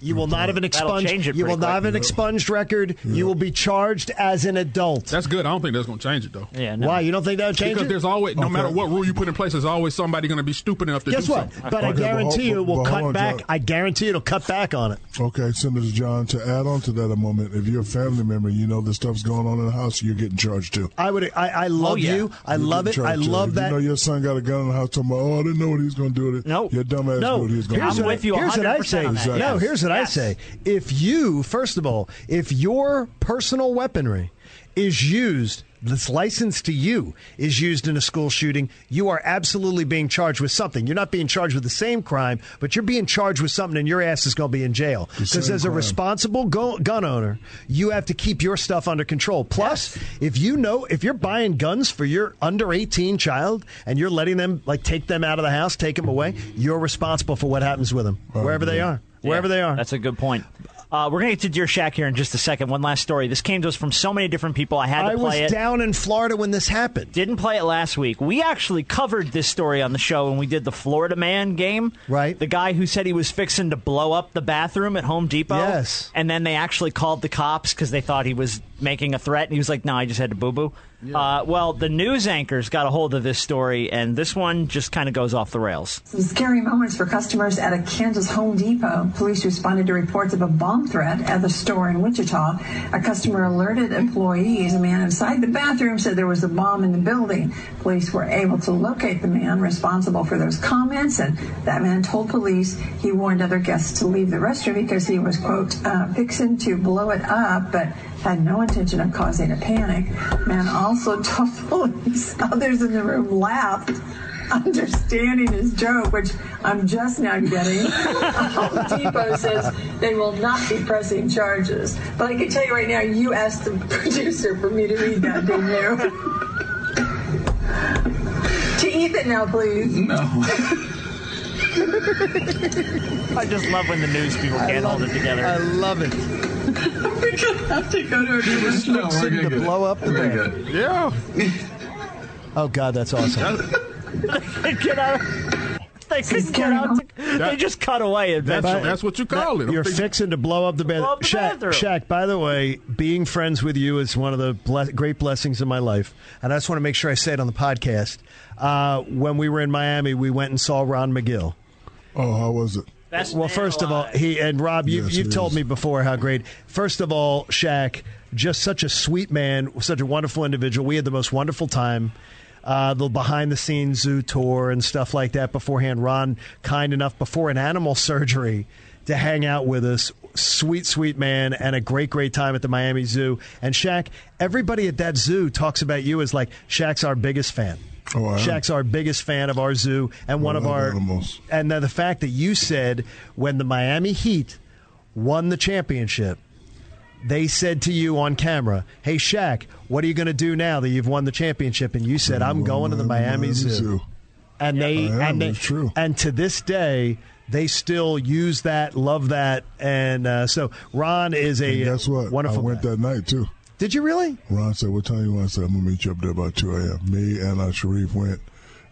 Speaker 3: You will not have an
Speaker 5: That'll
Speaker 3: expunged.
Speaker 5: change it
Speaker 3: You will
Speaker 5: pretty
Speaker 3: not have an
Speaker 5: quick.
Speaker 3: expunged record. You will be charged as an adult.
Speaker 8: That's good. I don't think that's going to change it though.
Speaker 5: Yeah, no.
Speaker 3: Why you don't think that'll change
Speaker 8: Because
Speaker 3: it?
Speaker 8: there's always, no
Speaker 4: Okay.
Speaker 8: matter what rule you put in place, there's always somebody going to be stupid enough to
Speaker 3: Guess
Speaker 8: do
Speaker 3: what?
Speaker 8: something.
Speaker 3: But I
Speaker 4: Okay, but hold-
Speaker 3: guarantee you, it will
Speaker 4: but hold
Speaker 3: cut
Speaker 4: on,
Speaker 3: back.
Speaker 4: Joe.
Speaker 3: I guarantee it'll cut back on it.
Speaker 4: Okay, Senator John. To add on to that a moment, if you're a family member, you know this stuff's going on in the house, you're getting charged too.
Speaker 3: I would. I, I love
Speaker 5: yeah.
Speaker 3: you. I
Speaker 4: You're
Speaker 3: love it.
Speaker 4: getting
Speaker 3: I
Speaker 4: charged, too.
Speaker 3: love
Speaker 4: If
Speaker 3: that.
Speaker 4: You know your son got a gun in the house talking about, oh, I didn't know what he was going to do with it.
Speaker 5: No.
Speaker 4: Your dumb ass knew
Speaker 3: No,
Speaker 4: what he was going to do with
Speaker 3: here's
Speaker 5: I'm
Speaker 4: it.
Speaker 3: what-
Speaker 5: with you
Speaker 3: Here's what I
Speaker 5: 100%
Speaker 3: say.
Speaker 5: on that.
Speaker 3: No,
Speaker 5: Yes.
Speaker 3: here's what
Speaker 5: Yes.
Speaker 3: I say. If you, first of all, if your personal weaponry is used, that's licensed to you, is used in a school shooting, you are absolutely being charged with something. You're not being charged with the same crime, but you're being charged with something, and your ass is going to be in jail. Because
Speaker 4: same
Speaker 3: as a
Speaker 4: crime.
Speaker 3: responsible go- gun owner, you have to keep your stuff under control. Plus, if you know if you're buying guns for your under 18 child and you're letting them like take them out of the house, take them away, you're responsible for what happens with them wherever they are. Wherever
Speaker 5: Oh, Yeah,
Speaker 3: they are.
Speaker 5: That's a good point. Uh, we're going to get to Dear Shack here in just a second. One last story. This came to us from so many different people. I had to
Speaker 3: I
Speaker 5: play
Speaker 3: was
Speaker 5: it.
Speaker 3: down in Florida when this happened.
Speaker 5: Didn't play it last week. We actually covered this story on the show when we did the Florida Man game.
Speaker 3: Right.
Speaker 5: The guy who said he was fixing to blow up the bathroom at Home Depot.
Speaker 3: Yes.
Speaker 5: And then they actually called the cops because they thought he was making a threat. And he was like, no, I just had to boo boo. Uh, well, the news anchors got a hold of this story, and this one just kind of goes off the rails.
Speaker 11: Some scary moments for customers at a Kansas Home Depot. Police responded to reports of a bomb threat at the store in Wichita. A customer alerted employees. A man inside the bathroom said there was a bomb in the building. Police were able to locate the man responsible for those comments, and that man told police he warned other guests to leave the restroom because he was, quote, uh, fixing to blow it up, but had no intention of causing a panic. Man also told police others in the room laughed understanding his joke, which I'm just now getting. Home Depot says they will not be pressing charges. But I can tell you right now, you asked the producer for me to read that, didn't you? to Ethan now, please.
Speaker 5: I just love when the news people get all it together.
Speaker 3: I love it.
Speaker 11: We're going to have to go to a commercial.
Speaker 3: Fixing to blow up the bed.
Speaker 8: Yeah.
Speaker 3: Oh God, that's awesome.
Speaker 5: get out. They couldn't get out. they just cut away. And
Speaker 8: That's,
Speaker 3: But-
Speaker 8: that's what you call it.
Speaker 3: You're
Speaker 8: I'm thinking-
Speaker 3: fixing to blow up the bed.
Speaker 5: Blow up the
Speaker 3: Shaq,
Speaker 5: bathroom.
Speaker 3: Shaq, by the way, being friends with you is one of the ble- great blessings in my life. And I just want to make sure I say it on the podcast. Uh, when we were in Miami, we went and saw Ron McGill.
Speaker 4: Oh, how was it?
Speaker 5: Best
Speaker 3: well,
Speaker 5: man
Speaker 3: first of all,
Speaker 5: alive.
Speaker 3: he and Rob, you,
Speaker 5: Yes,
Speaker 3: you've
Speaker 5: it
Speaker 3: told
Speaker 5: is.
Speaker 3: me before how great. First of all, Shaq, just such a sweet man, such a wonderful individual. We had the most wonderful time. Uh, the behind the scenes zoo tour and stuff like that beforehand. Ron, kind enough before an animal surgery to hang out with us. Sweet, sweet man, and a great, great time at the Miami Zoo. And Shaq, everybody at that zoo talks about you as like Shaq's our biggest fan.
Speaker 4: Oh, I am.
Speaker 3: Shaq's our biggest fan of our zoo and one of
Speaker 4: love
Speaker 3: our
Speaker 4: animals.
Speaker 3: and then the fact that you said when the Miami Heat won the championship, they said to you on camera, "Hey Shaq, what are you going to do now that you've won the championship?" And you said, "I'm going to the Miami Zoo." And
Speaker 4: I
Speaker 3: they
Speaker 4: am,
Speaker 3: and they,
Speaker 4: it's true.
Speaker 3: and to this day they still use that, love that, and uh, so Ron is a
Speaker 4: And guess what?
Speaker 3: wonderful
Speaker 4: I went that night too.
Speaker 3: Did you really?
Speaker 4: Ron said, "What time you want?" I said, "I'm gonna meet you up there about 2 a.m." Me and I Sharif went,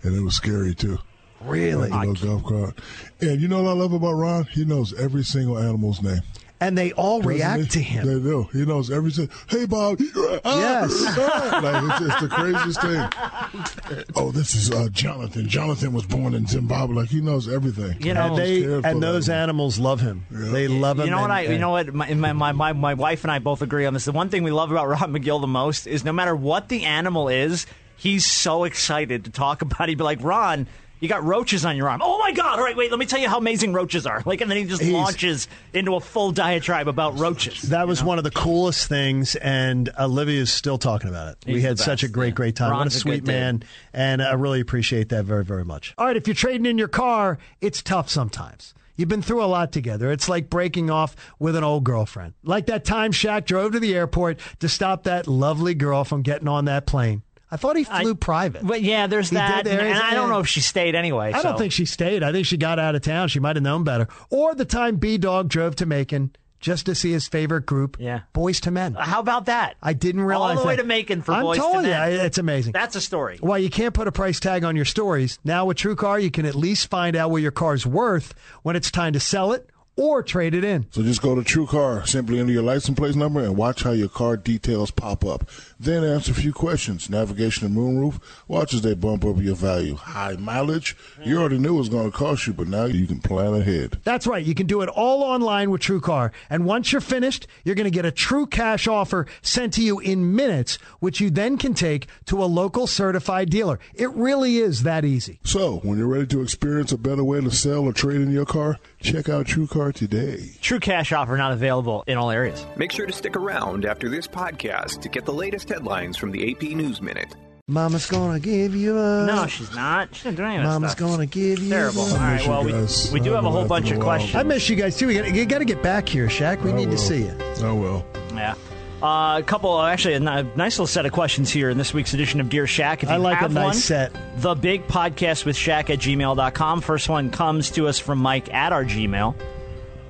Speaker 4: and it was scary too.
Speaker 3: Really?
Speaker 4: Like a little golf cart. And you know what I love about Ron? He knows every single animal's name.
Speaker 3: And they all react to him.
Speaker 4: They do. He knows every single. Hey, Bob.
Speaker 3: Yes.
Speaker 4: like it's, it's the craziest thing. Oh, this is uh, Jonathan. Jonathan was born in Zimbabwe. Like he knows everything.
Speaker 5: You know-
Speaker 4: I'm
Speaker 5: And they-
Speaker 4: scared for
Speaker 3: and
Speaker 4: that.
Speaker 3: those animals love him. They love him.
Speaker 5: You know what
Speaker 3: and-
Speaker 5: I? You
Speaker 3: and-
Speaker 5: know what? My, my, my, my, my wife and I both agree on this. The one thing we love about Rob McGill the most is no matter what the animal is, he's so excited to talk about. it. He'd be like, "Ron, you got roaches on your arm. Oh my god! All right, wait, let me tell you how amazing roaches are." Like, and then he just
Speaker 3: He's-
Speaker 5: launches into a full diatribe about roaches.
Speaker 3: That was one of the coolest things, and Olivia's still talking about it. we
Speaker 5: He's
Speaker 3: had
Speaker 5: the
Speaker 3: such a
Speaker 5: best,
Speaker 3: great,
Speaker 5: yeah.
Speaker 3: great time. what
Speaker 5: Ron's
Speaker 3: a
Speaker 5: a
Speaker 3: sweet
Speaker 5: good dude.
Speaker 3: man, and I really appreciate that very, very much. All right, if you're trading in your car, it's tough sometimes. You've been through a lot together. It's like breaking off with an old girlfriend. Like that time Shaq drove to the airport to stop that lovely girl from getting on that plane. I thought he flew private.
Speaker 5: But yeah, there's
Speaker 3: He
Speaker 5: that,
Speaker 3: did
Speaker 5: and,
Speaker 3: there,
Speaker 5: and I don't
Speaker 3: and-
Speaker 5: know if she stayed anyway.
Speaker 3: I don't
Speaker 5: so.
Speaker 3: think she stayed. I think she got out of town. She might have known better. Or the time B Dog drove to Macon just to see his favorite group, yeah. Boys to Men.
Speaker 5: How about that?
Speaker 3: I didn't realize
Speaker 5: All the way
Speaker 3: that.
Speaker 5: to Macon for
Speaker 3: I'm
Speaker 5: boys.
Speaker 3: telling
Speaker 5: to
Speaker 3: you,
Speaker 5: men.
Speaker 3: I- it's amazing.
Speaker 5: That's a story.
Speaker 3: While you can't put a price tag on your stories, now with TrueCar, you can at least find out what your car's worth when it's time to sell it or trade it in.
Speaker 4: So just go to True Car, simply enter your license plate number, and watch how your car details pop up. Then answer a few questions: navigation and moonroof. Watch as they bump up your value. High mileage. You already knew it was going to cost you, but now you can plan ahead.
Speaker 3: That's right. You can do it all online with TrueCar. And once you're finished, you're going to get a true cash offer sent to you in minutes, which you then can take to a local certified dealer. It really is that easy.
Speaker 4: So when you're ready to experience a better way to sell or trade in your car, check out True Car today.
Speaker 5: True cash offer not available in all areas.
Speaker 12: Make sure to stick around after this podcast to get the latest headlines from the AP News Minute.
Speaker 3: Mama's going to give you a.
Speaker 5: No, she's not. She didn't do any of that
Speaker 3: Mama's
Speaker 5: stuff.
Speaker 3: going to give you
Speaker 5: Terrible.
Speaker 3: a-
Speaker 5: All right, well, we, we do have a whole bunch of questions.
Speaker 3: I miss you guys too. We got, you got to get back here, Shaq. We need to see you.
Speaker 4: Oh well.
Speaker 5: Yeah. Uh, a couple, actually, a ni- nice little set of questions here in this week's edition of Dear Shaq. If you
Speaker 3: I like a
Speaker 5: have
Speaker 3: nice
Speaker 5: one,
Speaker 3: set.
Speaker 5: The big podcast with Shaq at gmail.com. First one comes to us from Mike at our Gmail. Uh,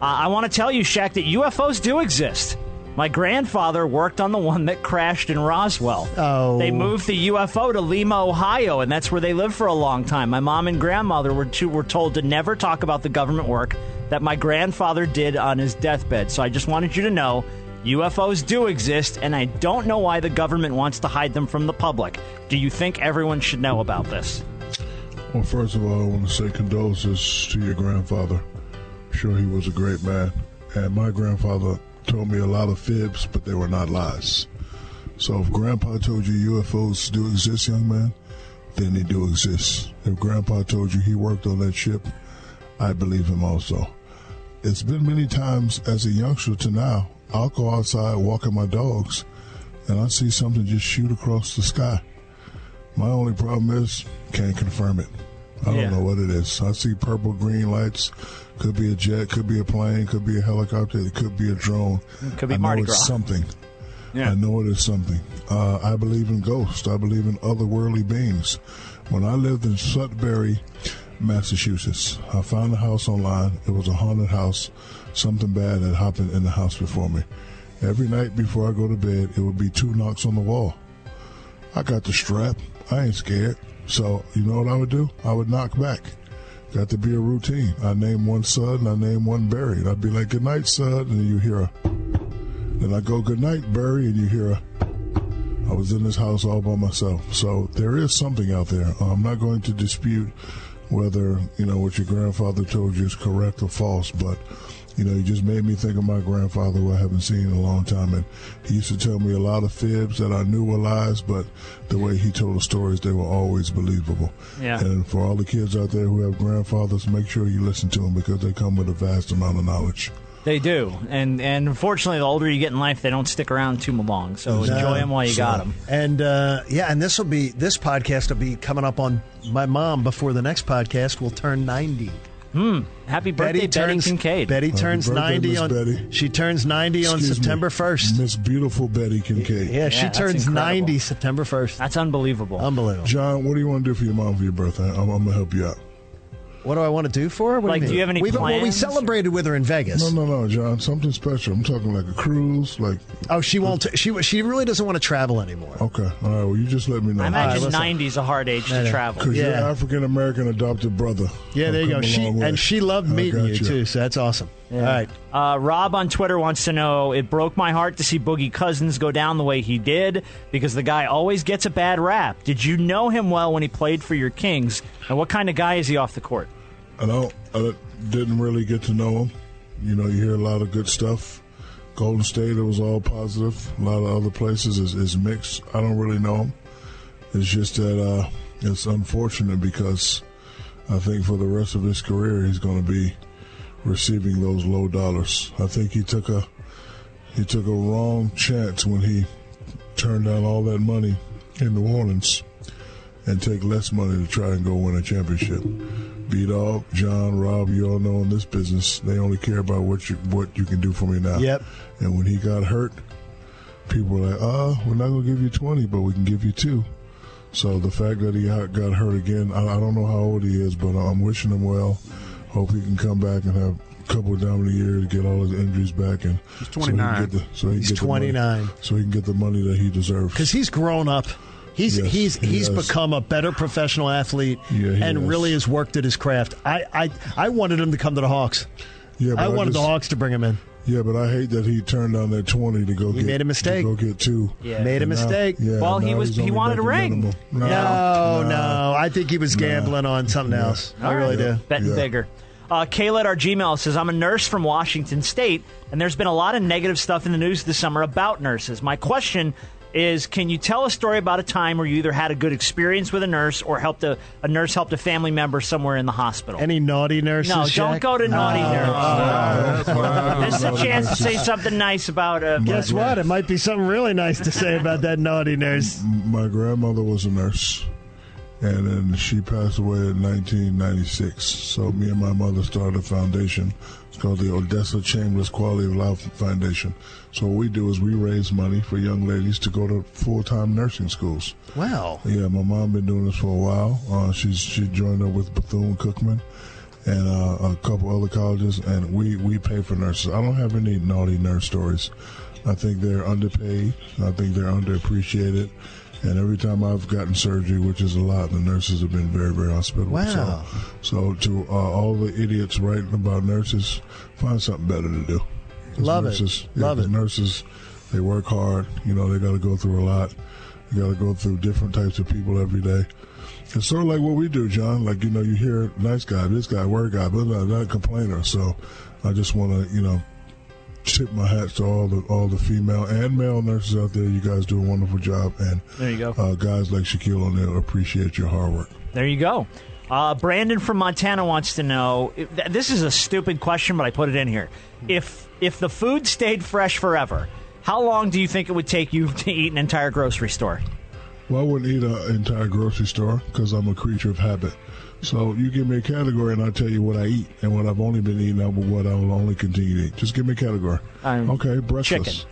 Speaker 5: I want to tell you, Shaq, that UFOs do exist. My grandfather worked on the one that crashed in Roswell.
Speaker 3: Oh.
Speaker 5: They moved the UFO to Lima, Ohio, and that's where they lived for a long time. My mom and grandmother were too, were told to never talk about the government work that my grandfather did on his deathbed. So I just wanted you to know UFOs do exist, and I don't know why the government wants to hide them from the public. Do you think everyone should know about this?
Speaker 4: Well, first of all, I want to say condolences to your grandfather. Sure, he was a great man, and my grandfather told me a lot of fibs, but they were not lies. So, if Grandpa told you UFOs do exist, young man, then they do exist. If Grandpa told you he worked on that ship, I believe him also. It's been many times as a youngster to now. I'll go outside walking my dogs, and I see something just shoot across the sky. My only problem is can't confirm it. I don't
Speaker 1: Yeah.
Speaker 4: know what it is. I see purple green lights. Could be a jet. Could be a plane. Could be a helicopter. It could be a drone.
Speaker 5: Could be
Speaker 4: I know
Speaker 5: Mardi
Speaker 4: it's
Speaker 5: Gras.
Speaker 4: Something. I know it is something. Uh, I believe in ghosts. I believe in otherworldly beings. When I lived in Sudbury, Massachusetts, I found a house online. It was a haunted house. Something bad had happened in the house before me. Every night before I go to bed, it would be two knocks on the wall. I got the strap. I ain't scared. So you know what I would do? I would knock back. Got to be a routine. I name one Sud and I name one Barry. And I'd be like, good night, Sud. And you hear a. Then I go, good night, Barry. And you hear a. I was in this house all by myself. So there is something out there. I'm not going to dispute whether you know what your grandfather told you is correct or false, but you know, he just made me think of my grandfather who I haven't seen in a long time. And he used to tell me a lot of fibs that I knew were lies, but the way he told the stories, they were always believable.
Speaker 1: Yeah.
Speaker 4: And for all the kids out there who have grandfathers, make sure you listen to them because they come with a vast amount of knowledge.
Speaker 5: They do, and and unfortunately, the older you get in life, they don't stick around too long. So enjoy 'em enjoy them while you got 'em. got them.
Speaker 3: Uh, And uh, yeah, and this will be this podcast will be coming up on my mom before the next podcast will turn ninety.
Speaker 5: Hmm. Happy birthday, Betty Kincaid.
Speaker 3: Betty
Speaker 5: Happy
Speaker 3: turns
Speaker 5: birthday,
Speaker 3: ninety
Speaker 5: Miss
Speaker 3: on
Speaker 5: Betty.
Speaker 3: she turns ninety
Speaker 4: Excuse
Speaker 3: on
Speaker 4: me,
Speaker 3: September first.
Speaker 4: Miss Beautiful Betty Kincaid.
Speaker 3: Yeah, she turns ninety September first. Um,
Speaker 5: That's unbelievable.
Speaker 3: Unbelievable.
Speaker 4: John, what do you want to do for your mom for your birthday? I'm, I'm gonna help you out.
Speaker 3: What do I want to do for her? What do you mean? We've, Well, we celebrated with her in Vegas.
Speaker 4: No, no, no, John. Something special. I'm talking like a cruise, like.
Speaker 3: Oh, she won't. She she really doesn't want to travel anymore.
Speaker 4: Okay. All right. Well, you just let me know.
Speaker 5: I imagine 90 is a hard age to travel.
Speaker 4: Because your African American adopted brother.
Speaker 3: Yeah, there you go.
Speaker 4: Come a
Speaker 3: She
Speaker 4: long way.
Speaker 3: and she loved
Speaker 4: I
Speaker 3: meeting
Speaker 4: got
Speaker 3: you too, so that's awesome. All right.
Speaker 5: Uh, Rob on Twitter wants to know It broke my heart to see Boogie Cousins go down the way he did because the guy always gets a bad rap. Did you know him well when he played for your Kings? And what kind of guy is he off the court?
Speaker 4: I don't. I didn't really get to know him. You know, you hear a lot of good stuff. Golden State, it was all positive. A lot of other places is, is mixed. I don't really know him. It's just that uh, it's unfortunate because I think for the rest of his career, he's going to be receiving those low dollars. I think he took a he took a wrong chance when he turned down all that money in New Orleans and take less money to try and go win a championship. B Dog, John, Rob, you all know in this business, they only care about what you what you can do for me now.
Speaker 3: Yep.
Speaker 4: And when he got hurt, people were like, uh, we're not gonna give you twenty, but we can give you two. So the fact that he ha- got hurt again, I, I don't know how old he is, but I'm wishing him well. Hope he can come back and have a couple of down a year to get all his injuries back and he's
Speaker 3: 29.
Speaker 4: So he can get the, so he can
Speaker 3: He's
Speaker 4: get the money-
Speaker 3: 29.
Speaker 4: so he can get the money that he deserves.
Speaker 3: Because he's grown up. He's
Speaker 4: Yes,
Speaker 3: he's
Speaker 4: he
Speaker 3: he's
Speaker 4: has.
Speaker 3: become a better professional athlete
Speaker 4: he
Speaker 3: and
Speaker 4: has.
Speaker 3: really has worked at his craft. I, I I wanted him to come to the Hawks.
Speaker 4: Yeah, but
Speaker 3: I
Speaker 4: I
Speaker 3: wanted
Speaker 4: just-
Speaker 3: the Hawks to bring him in.
Speaker 4: Yeah, but I hate that he turned down that twenty to go. He get,
Speaker 3: made a mistake.
Speaker 4: To go get two.
Speaker 3: Yeah. Made a
Speaker 4: And now-
Speaker 3: mistake.
Speaker 4: yeah,
Speaker 3: Well,
Speaker 4: now
Speaker 3: he was-
Speaker 4: he's
Speaker 3: he
Speaker 4: only
Speaker 3: wanted a
Speaker 4: making
Speaker 3: ring.
Speaker 4: minimal.
Speaker 3: No, no, I think he was gambling on something else. I really do.
Speaker 5: Betting bigger. Uh, Kayla at our Gmail says, I'm a nurse from Washington State, and there's been a lot of negative stuff in the news this summer about nurses. My question is can you tell a story about a time where you either had a good experience with a nurse or helped a, a nurse helped a family member somewhere in the hospital?
Speaker 3: Any naughty nurses?
Speaker 5: no,
Speaker 3: Shaq?
Speaker 5: don't go to naughty
Speaker 3: Uh,
Speaker 5: nurse. this is a chance to say something nice about a.
Speaker 3: Guess what? It might be something really nice to say about that naughty nurse.
Speaker 4: My grandmother was a nurse, and then she passed away in 1996. So me and my mother started a foundation. It's called the Odessa Chambers Quality of Life Foundation. So what we do is we raise money for young ladies to go to full-time nursing schools.
Speaker 3: Wow.
Speaker 4: Yeah, my mom been doing this for a while. Uh, she's she joined up with Bethune Cookman and uh, a couple other colleges, and we we pay for nurses. I don't have any naughty nurse stories. I think they're underpaid. I think they're underappreciated. And every time I've gotten surgery, which is a lot, the nurses have been very, very hospitable.
Speaker 3: Wow.
Speaker 4: So, so to uh, all the idiots writing about nurses, find something better to do. 'Cause
Speaker 3: Love it.
Speaker 4: nurses, yeah,
Speaker 3: Love
Speaker 4: 'cause Nurses, they work hard. You know, they got to go through a lot. They got to go through different types of people every day. It's sort of like what we do, John. Like you know, you hear nice guy, this guy, word guy, but I'm not a complainer. So, I just want to you know tip my hats to all the all the female and male nurses out there. You guys do a wonderful job, and
Speaker 5: There you go.
Speaker 4: Uh, guys like Shaquille O'Neal appreciate your hard work.
Speaker 5: There you go. Uh, Brandon from Montana wants to know. th- This is a stupid question, but I put it in here. If if the food stayed fresh forever, how long do you think it would take you to eat an entire grocery store?
Speaker 4: Well, I wouldn't eat an entire grocery store because I'm a creature of habit. So you give me a category and I'll tell you what I eat and what I've only been eating and what I will only continue to eat. Just give me a category. okay, breakfast.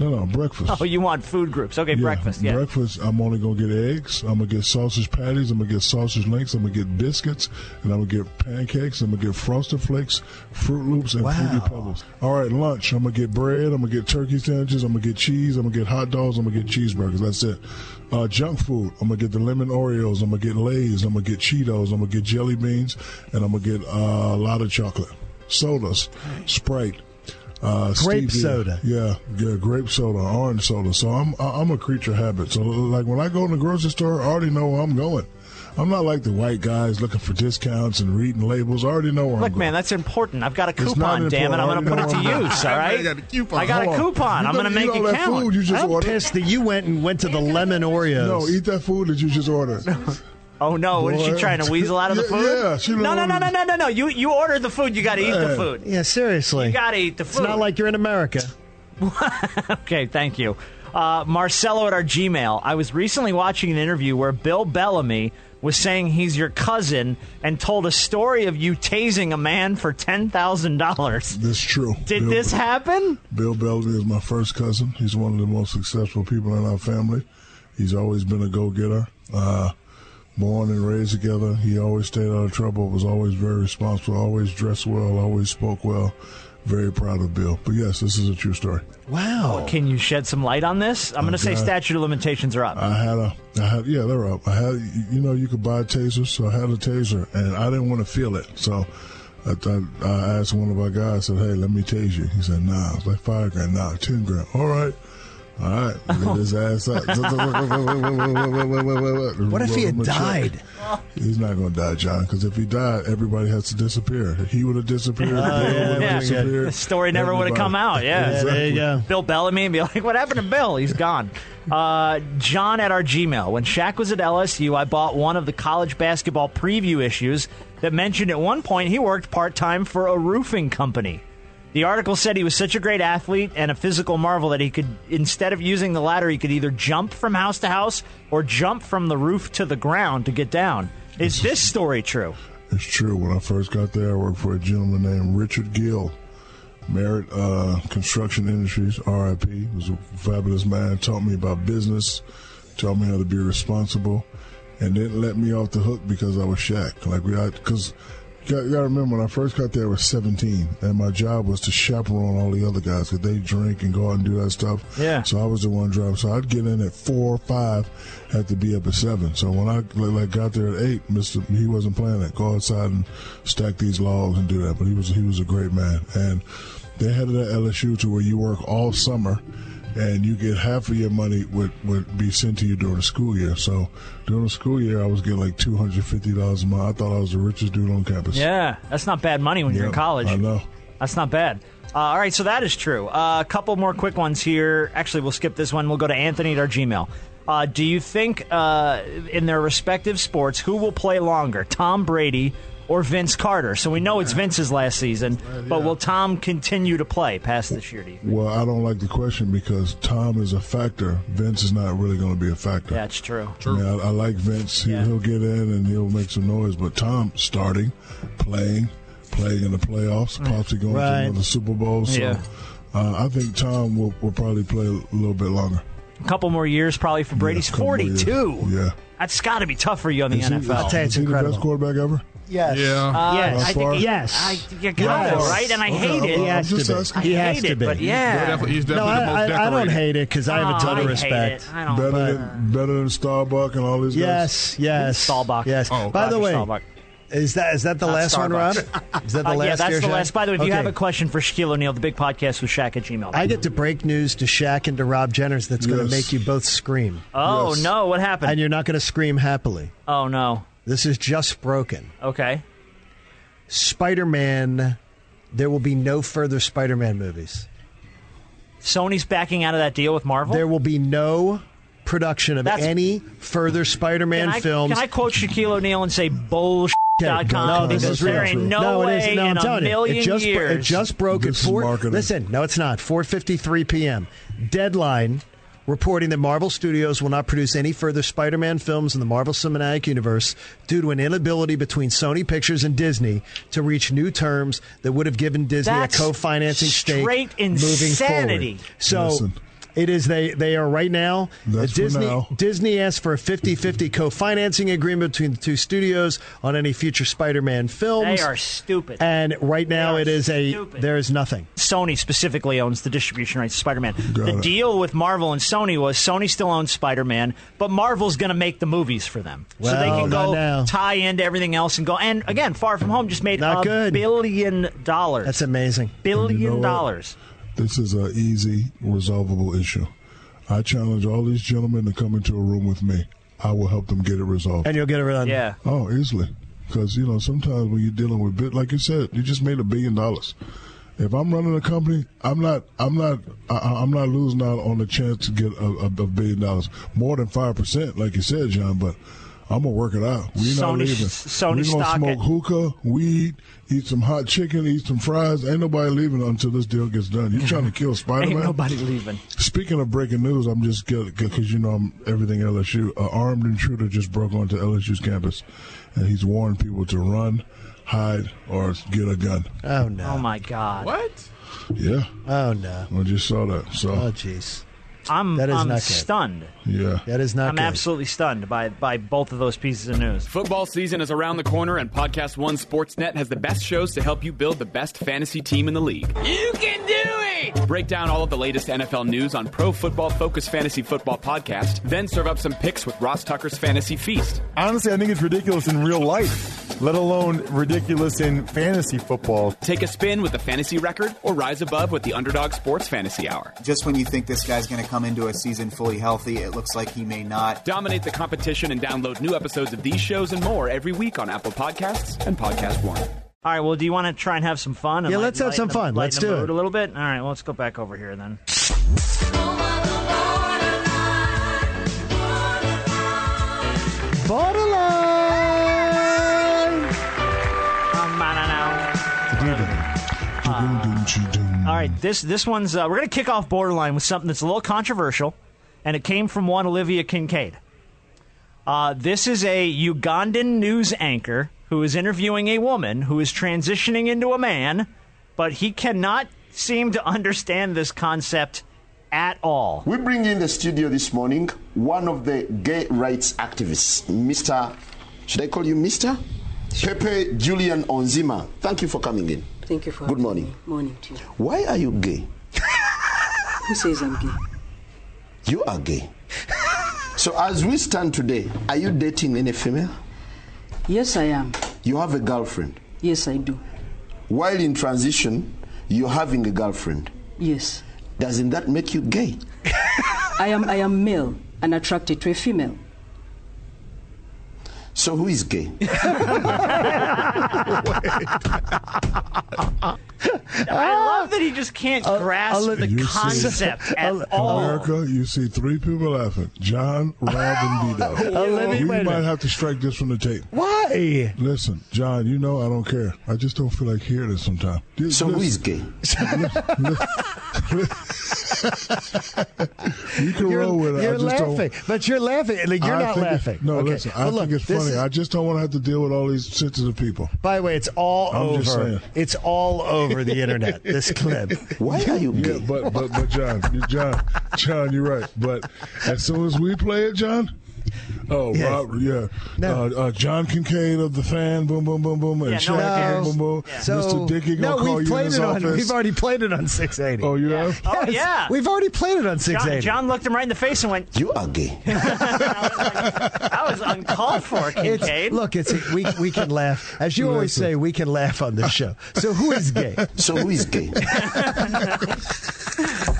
Speaker 4: No, no, breakfast.
Speaker 5: Oh, you want food groups? Okay, breakfast. Yeah.
Speaker 4: Breakfast, I'm only going to get eggs. I'm going to get sausage patties. I'm going to get sausage links. I'm going to get biscuits. And I'm going to get pancakes. I'm going to get frosted flakes, Fruit Loops, and Fruity Pebbles. All right, lunch. I'm going to get bread. I'm going to get turkey sandwiches. I'm going to get cheese. I'm going to get hot dogs. I'm going to get cheeseburgers. That's it. Uh, junk food. I'm going to get the lemon Oreos. I'm going to get Lay's. I'm going to get Cheetos. I'm going to get jelly beans. And I'm going to get uh, a lot of chocolate. Sodas. Sprite. Uh,
Speaker 3: Grape
Speaker 4: stevia.
Speaker 3: soda.
Speaker 4: Yeah, yeah, grape soda, orange soda. So I'm I- I'm a creature of habit. So like when I go in the grocery store, I already know where I'm going. I'm not like the white guys looking for discounts and reading labels. I already know where I'm
Speaker 5: Look, man, that's important. I've got a
Speaker 4: It's not
Speaker 5: coupon, damn it. I'm going
Speaker 4: important.
Speaker 5: to put it to
Speaker 4: I already
Speaker 5: use,
Speaker 4: know
Speaker 5: all
Speaker 4: I
Speaker 5: right?
Speaker 4: got a coupon.
Speaker 5: I got a
Speaker 4: Hold on.
Speaker 5: coupon.
Speaker 4: You
Speaker 5: I'm going
Speaker 4: gonna
Speaker 5: to
Speaker 4: eat
Speaker 5: make
Speaker 4: all
Speaker 5: it
Speaker 4: that
Speaker 5: count.
Speaker 4: food you just
Speaker 3: I'm
Speaker 4: ordered?
Speaker 3: pissed that you went and went to the lemon Oreos.
Speaker 4: No, eat that food that you just ordered.
Speaker 5: Oh no! What is she
Speaker 4: Boy.
Speaker 5: trying to weasel out of the
Speaker 4: Yeah,
Speaker 5: food?
Speaker 4: yeah, she
Speaker 5: no, no, no, no,
Speaker 4: ordered-
Speaker 5: no, no, no! You you ordered the food. You got to eat the
Speaker 4: Yeah.
Speaker 5: food.
Speaker 3: Yeah, seriously.
Speaker 5: You got to eat the
Speaker 3: It's
Speaker 5: food.
Speaker 3: not like you're in America.
Speaker 5: okay, thank you, uh, Marcelo at our Gmail. I was recently watching an interview where Bill Bellamy was saying he's your cousin and told a story of you tasing a man for ten thousand dollars.
Speaker 4: That's true.
Speaker 5: Did
Speaker 4: Bill
Speaker 5: this
Speaker 4: Bel-
Speaker 5: happen?
Speaker 4: Bill Bellamy is my first cousin. He's one of the most successful people in our family. He's always been a go getter. Uh, born and raised together, he always stayed out of trouble, was always very responsible, always dressed well, always spoke well. Very proud of Bill. But yes, this is a true story.
Speaker 3: Wow.
Speaker 5: Can you shed some light on this? I'm going to say
Speaker 4: Oh, God.
Speaker 5: statute of limitations are up.
Speaker 4: I had a, I had, yeah, they're up. I had, you know, you could buy tasers, so I had a taser, and I didn't want to feel it, so I, I, I asked one of our guys, I said, "Hey, let me tase you." He said, "Nah." I was like, five grand, nah, ten grand. All right, all right, let his ass out.
Speaker 3: What
Speaker 4: what
Speaker 3: if he had died?
Speaker 4: He's not gonna die, John, because if he died, everybody has to disappear. He would have disappeared.
Speaker 5: Oh,
Speaker 4: Bill
Speaker 5: yeah,
Speaker 4: would
Speaker 5: yeah.
Speaker 4: have disappeared.
Speaker 5: The story never would have
Speaker 4: Everybody.
Speaker 5: come out. Yeah.
Speaker 3: Yeah, there you go.
Speaker 5: Bill Bellamy and be like, what happened to Bill? He's gone. Uh, John at our Gmail. When Shaq was at LSU, I bought one of the college basketball preview issues that mentioned at one point he worked part time for a roofing company. The article said he was such a great athlete and a physical marvel that he could, instead of using the ladder, he could either jump from house to house or jump from the roof to the ground to get down. Is this story true?
Speaker 4: It's true. When I first got there, I worked for a gentleman named Richard Gill, Merritt uh, Construction Industries, RIP. He was a fabulous man. Taught me about business, taught me how to be responsible, and didn't let me off the hook because I was Shaq. Like we, because you got to remember when I first got there, I was 17, and my job was to chaperone all the other guys because they drink and go out and do that stuff.
Speaker 5: Yeah.
Speaker 4: So I was the one driving. So I'd get in at four or five, had to be up at seven. So when I like got there at eight, Mister, he wasn't playing that. Go outside and stack these logs and do that. But he was he was a great man. And they had it at LSU to where you work all summer, and you get half of your money would would be sent to you during the school year. So during the school year, I was getting like two hundred fifty dollars a month. I thought I was the richest dude on campus.
Speaker 5: Yeah, that's not bad money when you're in
Speaker 4: Yeah,
Speaker 5: college.
Speaker 4: I know.
Speaker 5: That's not bad. Uh, all right, so that is true. Uh, a couple more quick ones here. Actually, we'll skip this one. We'll go to Anthony at our Gmail. Uh, do you think uh, in their respective sports, who will play longer, Tom Brady or Vince Carter? So we know it's Vince's last season, but will Tom continue to play past this year? Do you think?
Speaker 4: Well, I don't like the question because Tom is a factor. Vince is not really going to be a factor.
Speaker 5: That's true.
Speaker 4: I, mean, I, I like Vince. He,
Speaker 5: Yeah.
Speaker 4: He'll get in and he'll make some noise. But Tom starting, playing, playing in the playoffs, possibly going
Speaker 3: Right.
Speaker 4: to another Super Bowl. So
Speaker 5: Mm. Yeah.
Speaker 4: uh, I think Tom will, will probably play a little bit longer.
Speaker 5: A couple more years probably for Brady's
Speaker 4: Yeah, couple more years.
Speaker 5: 42.
Speaker 4: Yeah.
Speaker 5: That's got to be tough for you on the
Speaker 4: Is he-
Speaker 5: NFL.
Speaker 3: I'll tell you,
Speaker 4: is
Speaker 3: it's
Speaker 4: he the
Speaker 3: incredible.
Speaker 4: best quarterback ever?
Speaker 3: Yes.
Speaker 8: Yeah.
Speaker 5: Uh,
Speaker 3: Yes.
Speaker 5: I think
Speaker 4: Far?
Speaker 5: it-
Speaker 3: Yes.
Speaker 5: I, you gotta,
Speaker 3: Yes.
Speaker 5: right? And I
Speaker 4: Okay,
Speaker 5: hate
Speaker 4: I'm-
Speaker 5: it.
Speaker 3: He
Speaker 4: I'm
Speaker 3: has
Speaker 4: just
Speaker 3: to be.
Speaker 4: asking.
Speaker 3: He
Speaker 5: I
Speaker 3: has
Speaker 5: hate
Speaker 3: to
Speaker 5: it,
Speaker 3: be.
Speaker 5: but yeah.
Speaker 8: He's definitely, he's
Speaker 3: No,
Speaker 8: definitely the most
Speaker 3: I, I, I
Speaker 8: decorated.
Speaker 3: don't hate it because I have a ton
Speaker 5: Oh,
Speaker 3: of
Speaker 5: hate
Speaker 3: respect.
Speaker 5: it. I don't.
Speaker 4: Better than, better than Starbuck and all these guys?
Speaker 3: Yes, yes.
Speaker 5: Staubach.
Speaker 3: Yes.
Speaker 8: Oh,
Speaker 3: By the
Speaker 5: Roger
Speaker 3: way,
Speaker 5: Staubach.
Speaker 3: is that is that the
Speaker 5: Not
Speaker 3: last one, Rob?
Speaker 5: Starbucks.
Speaker 3: Is that the
Speaker 5: Uh,
Speaker 3: last?
Speaker 5: yeah, that's
Speaker 3: year,
Speaker 5: the
Speaker 3: Shaq?
Speaker 5: last. By the way, if you
Speaker 3: Okay.
Speaker 5: have a question for Shaquille O'Neal, the big podcast with Shaq at Gmail.
Speaker 3: I get to break news to Shaq and to Rob Jenners that's going to
Speaker 4: Yes.
Speaker 3: make you both scream,
Speaker 5: oh
Speaker 4: Yes.
Speaker 5: no, what
Speaker 3: and
Speaker 5: happened?
Speaker 3: you're not going to scream happily.
Speaker 5: Oh no.
Speaker 3: This is just broken.
Speaker 5: Okay.
Speaker 3: Spider-Man. There will be no further Spider-Man movies.
Speaker 5: Sony's backing out of that deal with Marvel.
Speaker 3: There will be no production of
Speaker 5: That's-
Speaker 3: any further Spider-Man
Speaker 5: can, I,
Speaker 3: films.
Speaker 5: can I quote Shaquille O'Neal and say bullshit? Dot com,
Speaker 3: No, this
Speaker 5: because
Speaker 3: is
Speaker 5: there
Speaker 3: real.
Speaker 5: ain't no, way
Speaker 3: it is. No,
Speaker 5: in
Speaker 3: I'm
Speaker 5: a
Speaker 3: telling you,
Speaker 5: million
Speaker 3: it just bro-
Speaker 5: years.
Speaker 3: it just broke at
Speaker 4: This is
Speaker 3: four.
Speaker 4: marketing.
Speaker 3: Listen, no, it's not. 4:53 p.m. Deadline reporting that Marvel Studios will not produce any further Spider-Man films in the Marvel Cinematic Universe due to an inability between Sony Pictures and Disney to reach new terms that would have given Disney
Speaker 5: That's
Speaker 3: a co-financing stake
Speaker 5: straight
Speaker 3: moving
Speaker 5: insanity.
Speaker 3: forward. So.
Speaker 4: Listen.
Speaker 3: It is they they are right now.
Speaker 4: That's for
Speaker 3: Disney
Speaker 4: now.
Speaker 3: Disney asked for a 50-50 co-financing agreement between the two studios on any future Spider-Man films.
Speaker 5: They are stupid.
Speaker 3: And right now
Speaker 5: They are
Speaker 3: it is a
Speaker 5: stupid.
Speaker 3: there is nothing.
Speaker 5: Sony specifically owns the distribution rights to Spider-Man.
Speaker 4: Got
Speaker 5: the
Speaker 4: it.
Speaker 5: deal with Marvel and Sony was Sony still owns Spider-Man, but Marvel's going to make the movies for them, so they
Speaker 3: Well,
Speaker 5: can
Speaker 3: not
Speaker 5: go
Speaker 3: now.
Speaker 5: tie into everything else and go. And again, Far From Home just made
Speaker 3: Not
Speaker 5: a
Speaker 3: good.
Speaker 5: billion dollars.
Speaker 3: That's amazing.
Speaker 5: billion
Speaker 4: You know what?
Speaker 5: dollars.
Speaker 4: This is an easy, resolvable issue. I challenge all these gentlemen to come into a room with me. I will help them get it resolved.
Speaker 3: And you'll get it resolved. Yeah.
Speaker 4: Oh, easily. Because you know sometimes when you're dealing with bit, like you said, you just made a billion dollars. If I'm running a company, I'm not, I'm not, I, I- I'm not losing out on the chance to get a, a, a billion dollars, more than five percent, like you said, John. But I'm gonna work it out. We're not
Speaker 5: Sony-
Speaker 4: leaving.
Speaker 5: Sony
Speaker 4: We're gonna
Speaker 5: stock
Speaker 4: smoke
Speaker 5: it.
Speaker 4: hookah, weed, eat some hot chicken, eat some fries. Ain't nobody leaving until this deal gets done. You trying to kill Spider Man?
Speaker 5: Ain't nobody leaving.
Speaker 4: Speaking of breaking news, I'm just because you know I'm everything LSU. An armed intruder just broke onto LSU's campus, and he's warned people to run, hide, or get a gun.
Speaker 3: Oh no!
Speaker 5: Oh my God!
Speaker 8: What?
Speaker 4: Yeah.
Speaker 3: Oh no!
Speaker 4: I just saw that. So.
Speaker 3: Oh jeez.
Speaker 5: I'm
Speaker 3: That is
Speaker 5: I'm
Speaker 3: not good.
Speaker 5: stunned.
Speaker 4: Yeah.
Speaker 3: That is not
Speaker 5: I'm
Speaker 3: good.
Speaker 5: absolutely stunned by by both of those pieces of news.
Speaker 1: Football season is around the corner, and Podcast One Sportsnet has the best shows to help you build the best fantasy team in the league.
Speaker 13: You can do it!
Speaker 1: Break down all of the latest NFL news on Pro Football Focus Fantasy Football Podcast, then serve up some picks with Ross Tucker's Fantasy Feast.
Speaker 14: Honestly, I think it's ridiculous in real life, let alone ridiculous in fantasy football.
Speaker 1: Take a spin with the fantasy record or rise above with the Underdog Sports Fantasy Hour.
Speaker 15: Just when you think this guy's going to come into a season fully healthy, it looks like he may not.
Speaker 1: Dominate the competition and download new episodes of these shows and more every week on Apple Podcasts and Podcast One.
Speaker 5: All right. Well, do you want to try and have some fun? and
Speaker 1: Yeah,
Speaker 5: light-
Speaker 1: let's have
Speaker 5: lighten
Speaker 1: some
Speaker 5: the-
Speaker 1: fun.
Speaker 5: lighten
Speaker 1: Let's
Speaker 5: the
Speaker 1: do
Speaker 5: mood
Speaker 1: it.
Speaker 5: a little bit. All right. Well, let's go back over here then.
Speaker 3: Borderline.
Speaker 5: Um, I don't know. All right, this this one's uh, we're gonna kick off borderline with something that's a little controversial, and it came from one Olivia Kincaid. Uh, this is a Ugandan news anchor who is interviewing a woman who is transitioning into a man, but he cannot seem to understand this concept at all.
Speaker 16: We bring in the studio this morning one of the gay rights activists, Mr. Should I call you Mr? Pepe Julian Onzima. Thank you for coming in.
Speaker 17: Thank you for
Speaker 16: Good morning.
Speaker 17: Morning to you.
Speaker 16: Why are you gay?
Speaker 17: Who says I'm gay?
Speaker 16: You are gay. so as we stand today, are you dating any female?
Speaker 17: Yes, I am.
Speaker 16: You have a girlfriend.
Speaker 17: Yes, I do.
Speaker 16: While in transition, you're having a girlfriend.
Speaker 17: Yes.
Speaker 16: Doesn't that make you gay?
Speaker 17: I am I am male and attracted to a female.
Speaker 16: So who is gay?
Speaker 5: I love that he just can't grasp
Speaker 4: You
Speaker 5: the
Speaker 4: see-
Speaker 5: concept at all.
Speaker 4: America, you see three people laughing: John, Rob, and Dito.
Speaker 3: Olivia,
Speaker 4: you
Speaker 3: wait a
Speaker 4: might
Speaker 3: minute.
Speaker 4: have to strike this from the tape.
Speaker 3: Why?
Speaker 4: Listen, John. You know I don't care. I just don't feel like hearing it sometimes.
Speaker 16: So who is gay?
Speaker 4: You can
Speaker 3: You're,
Speaker 4: roll with it.
Speaker 3: you're
Speaker 4: I just don't-
Speaker 3: laughing, but you're laughing. Like you're
Speaker 4: I
Speaker 3: not
Speaker 4: think it-
Speaker 3: laughing.
Speaker 4: no,
Speaker 3: okay.
Speaker 4: listen. I
Speaker 3: Well, look,
Speaker 4: think it's
Speaker 3: this
Speaker 4: funny.
Speaker 3: is-
Speaker 4: I just don't want to have to deal with all these sensitive people.
Speaker 3: By the way, it's all
Speaker 4: I'm just
Speaker 3: over.
Speaker 4: saying.
Speaker 3: It's all over the internet. This clip.
Speaker 16: Why are you
Speaker 4: Yeah, but but but John, you- John, John, you're right. But as soon as we play it, John. Oh,
Speaker 3: Yes.
Speaker 4: Rob, yeah. Uh, uh, John Kincaid of the fan, boom, boom, boom, boom, and
Speaker 3: Yeah, no
Speaker 4: Shaq,
Speaker 3: one cares.
Speaker 4: boom, boom, boom.
Speaker 3: Yeah.
Speaker 4: Mr. Dickey gonna
Speaker 3: no,
Speaker 4: call
Speaker 3: we've
Speaker 4: you in
Speaker 3: played
Speaker 4: his
Speaker 3: it
Speaker 4: office.
Speaker 3: on. We've already played it on 680.
Speaker 4: Oh, you have?
Speaker 5: Oh, yeah.
Speaker 3: We've already played it on 680.
Speaker 5: John, John looked him right in the face and went,
Speaker 16: You are gay.
Speaker 5: "That was uncalled for,
Speaker 3: It's-
Speaker 5: Kincaid."
Speaker 3: look, it's we we can laugh, as you always say, we can laugh on this show. So who is gay?
Speaker 16: So who is gay?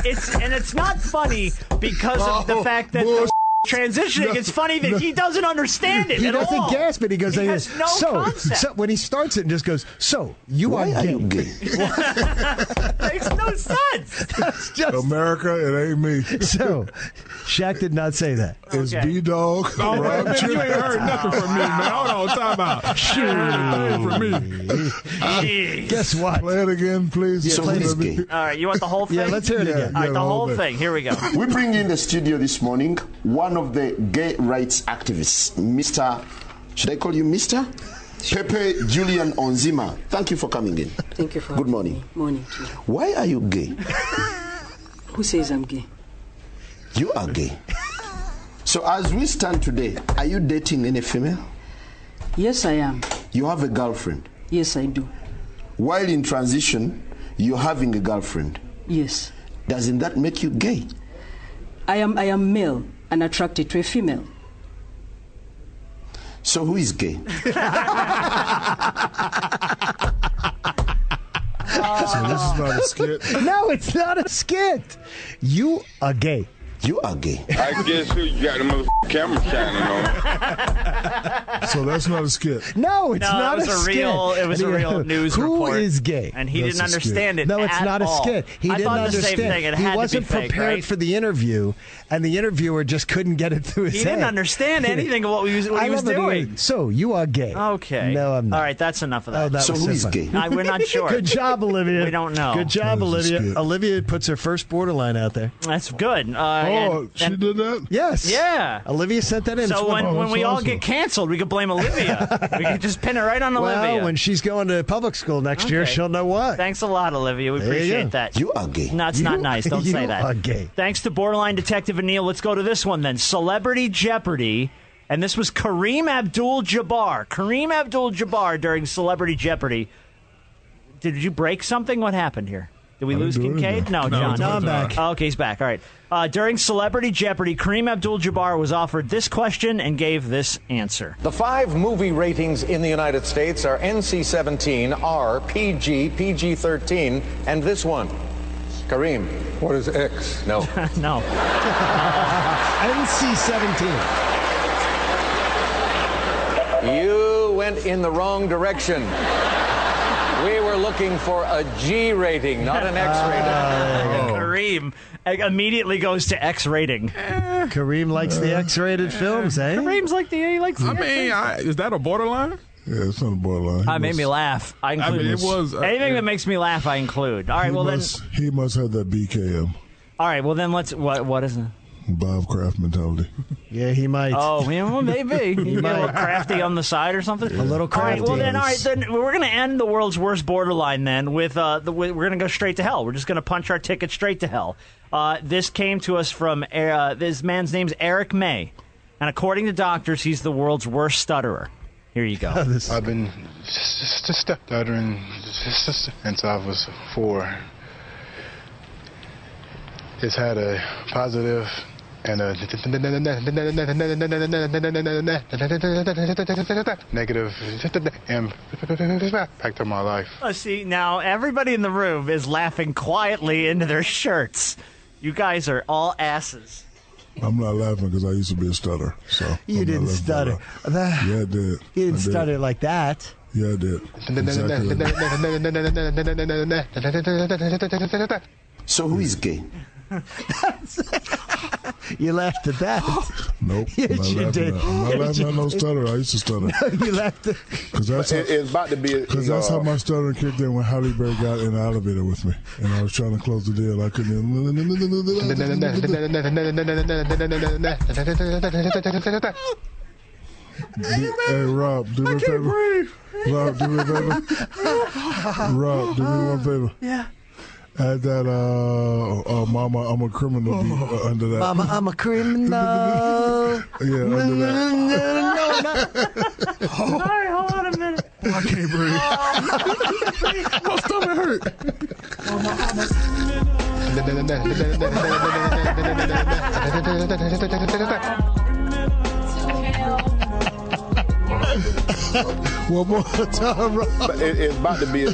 Speaker 5: It's and it's not funny because of the fact that the transitioning. it's funny that he doesn't understand it
Speaker 3: He
Speaker 5: at
Speaker 3: doesn't
Speaker 5: all.
Speaker 3: gasp it. He goes,
Speaker 5: He
Speaker 3: like
Speaker 5: has
Speaker 3: this.
Speaker 5: no
Speaker 3: so,
Speaker 5: concept.
Speaker 3: so when he starts it, and just goes, so you are, gay.
Speaker 5: makes no sense.
Speaker 3: That's just
Speaker 4: America. It ain't me.
Speaker 3: So Shaq did not say that.
Speaker 4: It's B Dog.
Speaker 8: Oh, wait, man, you ain't heard nothing from me, man. Hold on, time out. Shoot, you ain't heard anything from me.
Speaker 3: Guess what?
Speaker 4: Play it again, please.
Speaker 16: So who is gay?
Speaker 5: All right, you want the whole thing?
Speaker 16: Yeah, let's hear it
Speaker 5: All
Speaker 16: again.
Speaker 5: right,
Speaker 16: Yeah,
Speaker 5: the
Speaker 16: the whole
Speaker 5: whole
Speaker 16: bit.
Speaker 5: thing. Here we go.
Speaker 16: We bring in the studio this morning one of the gay rights activists, Mr. Should I call you Mr? Pepe Julian Onzima. Thank you for coming in.
Speaker 17: Thank you for
Speaker 16: Good morning.
Speaker 17: morning to you.
Speaker 16: Why are you gay?
Speaker 17: Who says I'm gay?
Speaker 16: You are gay. So as we stand today, are you dating any female?
Speaker 17: Yes, I am.
Speaker 16: You have a girlfriend.
Speaker 17: Yes, I do.
Speaker 16: While in transition, you're having a girlfriend.
Speaker 17: Yes.
Speaker 16: Doesn't that make you gay?
Speaker 17: I am I am male and attracted to a female.
Speaker 16: So who is gay?
Speaker 4: So this is not a skit.
Speaker 3: No, it's not a skit. You are gay.
Speaker 16: You are gay.
Speaker 18: I guess who you got the motherfucking camera shining on.
Speaker 4: So that's not a skit.
Speaker 3: No, it's
Speaker 5: No, it
Speaker 3: not
Speaker 5: was a
Speaker 3: skit.
Speaker 5: real- it was a real news
Speaker 3: Who
Speaker 5: report.
Speaker 3: is gay?
Speaker 5: And he That's didn't a skit. understand it
Speaker 3: No, it's
Speaker 5: at
Speaker 3: not
Speaker 5: all.
Speaker 3: a skit. He
Speaker 5: I
Speaker 3: didn't
Speaker 5: thought the same
Speaker 3: understand.
Speaker 5: thing. It
Speaker 3: he
Speaker 5: had to be
Speaker 3: wasn't
Speaker 5: fake,
Speaker 3: prepared
Speaker 5: right?
Speaker 3: for the interview, and the interviewer just couldn't get it through his
Speaker 5: He
Speaker 3: head.
Speaker 5: didn't understand anything of what, we was, what
Speaker 3: I
Speaker 5: he was
Speaker 3: love it.
Speaker 5: doing.
Speaker 3: So you are gay.
Speaker 5: Okay.
Speaker 3: No, I'm not.
Speaker 5: All right, that's enough of that.
Speaker 3: Oh, that was funny.
Speaker 5: I- we're not sure.
Speaker 3: Good job, Olivia.
Speaker 5: We don't know.
Speaker 3: Good job,
Speaker 5: That was a
Speaker 3: Olivia.
Speaker 5: skit.
Speaker 3: Olivia puts her first borderline out there.
Speaker 5: That's good. Uh,
Speaker 3: Oh,
Speaker 5: and-
Speaker 3: she Oh,
Speaker 5: and-
Speaker 4: did that?
Speaker 3: Yes.
Speaker 5: Yeah.
Speaker 3: Olivia sent that in. It's
Speaker 5: So when,
Speaker 3: wonderful.
Speaker 5: when we all get canceled, we could blame Olivia. we could just pin it right on
Speaker 3: well,
Speaker 5: Olivia.
Speaker 3: when she's going to public school next year,
Speaker 5: Okay.
Speaker 3: she'll know why.
Speaker 5: Thanks a lot, Olivia. We
Speaker 3: There you go.
Speaker 5: appreciate that.
Speaker 3: You are gay.
Speaker 5: No, it's
Speaker 3: You-
Speaker 5: not nice. Don't
Speaker 3: you
Speaker 5: say that.
Speaker 3: are gay.
Speaker 5: Thanks to borderline detective Anil. Let's go to this one then. Celebrity Jeopardy. And this was Kareem Abdul Jabbar. Kareem Abdul Jabbar during Celebrity Jeopardy. Did you break something? What happened here? Did we
Speaker 9: I didn't
Speaker 5: lose
Speaker 9: do
Speaker 5: Kincaid?
Speaker 9: anything.
Speaker 5: No,
Speaker 9: No,
Speaker 5: John.
Speaker 9: it's No, I'm all back.
Speaker 5: Oh, okay, he's back. All right. Uh, during Celebrity Jeopardy, Kareem Abdul Jabbar was offered this question and gave this answer.
Speaker 6: The five movie ratings in the United States are NC 17, R, PG, PG 13, and this one. Kareem. What is X? No.
Speaker 5: no.
Speaker 3: NC 17.
Speaker 6: You went in the wrong direction. We were looking for a G rating, not an X rating.
Speaker 5: Kareem uh, immediately goes to X rating.
Speaker 3: Kareem likes the X-rated films, eh?
Speaker 5: Kareem's like the he likes.
Speaker 8: Uh, I mean, I, is that a borderline?
Speaker 4: Yeah, it's on the borderline.
Speaker 5: I made me laugh. I
Speaker 8: I
Speaker 5: include
Speaker 8: mean, it was. Uh,
Speaker 5: anything that makes me laugh. I include. All right.
Speaker 4: he
Speaker 5: Well then.
Speaker 4: must, he must have that BKM,
Speaker 5: All right. Well then. Let's. What? What is it?
Speaker 4: Bob Kraft mentality.
Speaker 3: Yeah, he might.
Speaker 5: Oh, yeah, well, maybe. You get a little
Speaker 3: might.
Speaker 5: crafty on the side or something.
Speaker 3: A little crafty.
Speaker 5: All right, well, then, all right, then we're going to end the world's worst borderline then with, uh, the, we're going to go straight to hell. We're just going to punch our ticket straight to hell. Uh, this came to us from, uh, this man's name's Eric May. And according to doctors, he's the world's worst stutterer. Here you go.
Speaker 19: I've been just a step stuttering since I was four. It's had a positive and a negative impact on my life.
Speaker 5: Uh, see, now everybody in the room is laughing quietly into their shirts. You guys are all asses.
Speaker 4: I'm not laughing because I used to be a stutter. So
Speaker 3: You
Speaker 4: I'm not
Speaker 3: didn't
Speaker 4: laughing
Speaker 3: stutter.
Speaker 4: at all. yeah, I did. You
Speaker 3: You didn't stutter like that.
Speaker 4: Yeah, I did. Exactly.
Speaker 16: So who is gay?
Speaker 3: You laughed at that.
Speaker 4: Nope.
Speaker 3: Yes,
Speaker 4: not
Speaker 3: you
Speaker 4: laughing At,
Speaker 3: did.
Speaker 4: I'm not
Speaker 3: Yes,
Speaker 4: laughing
Speaker 3: you
Speaker 4: at no
Speaker 3: did.
Speaker 4: stutter. I used to stutter.
Speaker 3: you laughed at
Speaker 4: Because that's,
Speaker 19: It-
Speaker 4: how,
Speaker 19: it's about to be. a-
Speaker 4: 'cause that's
Speaker 19: uh,
Speaker 4: how my stuttering kicked in when Halle Berry got in the elevator with me. And I was trying to close the deal. I couldn't. hey, Rob, do me a favor. Rob, do me a favor. Rob, do me one favor.
Speaker 3: Yeah.
Speaker 4: Add that, uh, uh, Mama, I'm a criminal beat uh, under that.
Speaker 3: Mama, I'm a criminal.
Speaker 4: Yeah, under that.
Speaker 3: no, no.
Speaker 19: Oh,
Speaker 5: Sorry, hold on a minute.
Speaker 4: I can't breathe. My stomach hurt. One more time, Rob.
Speaker 19: But it, it's about to be a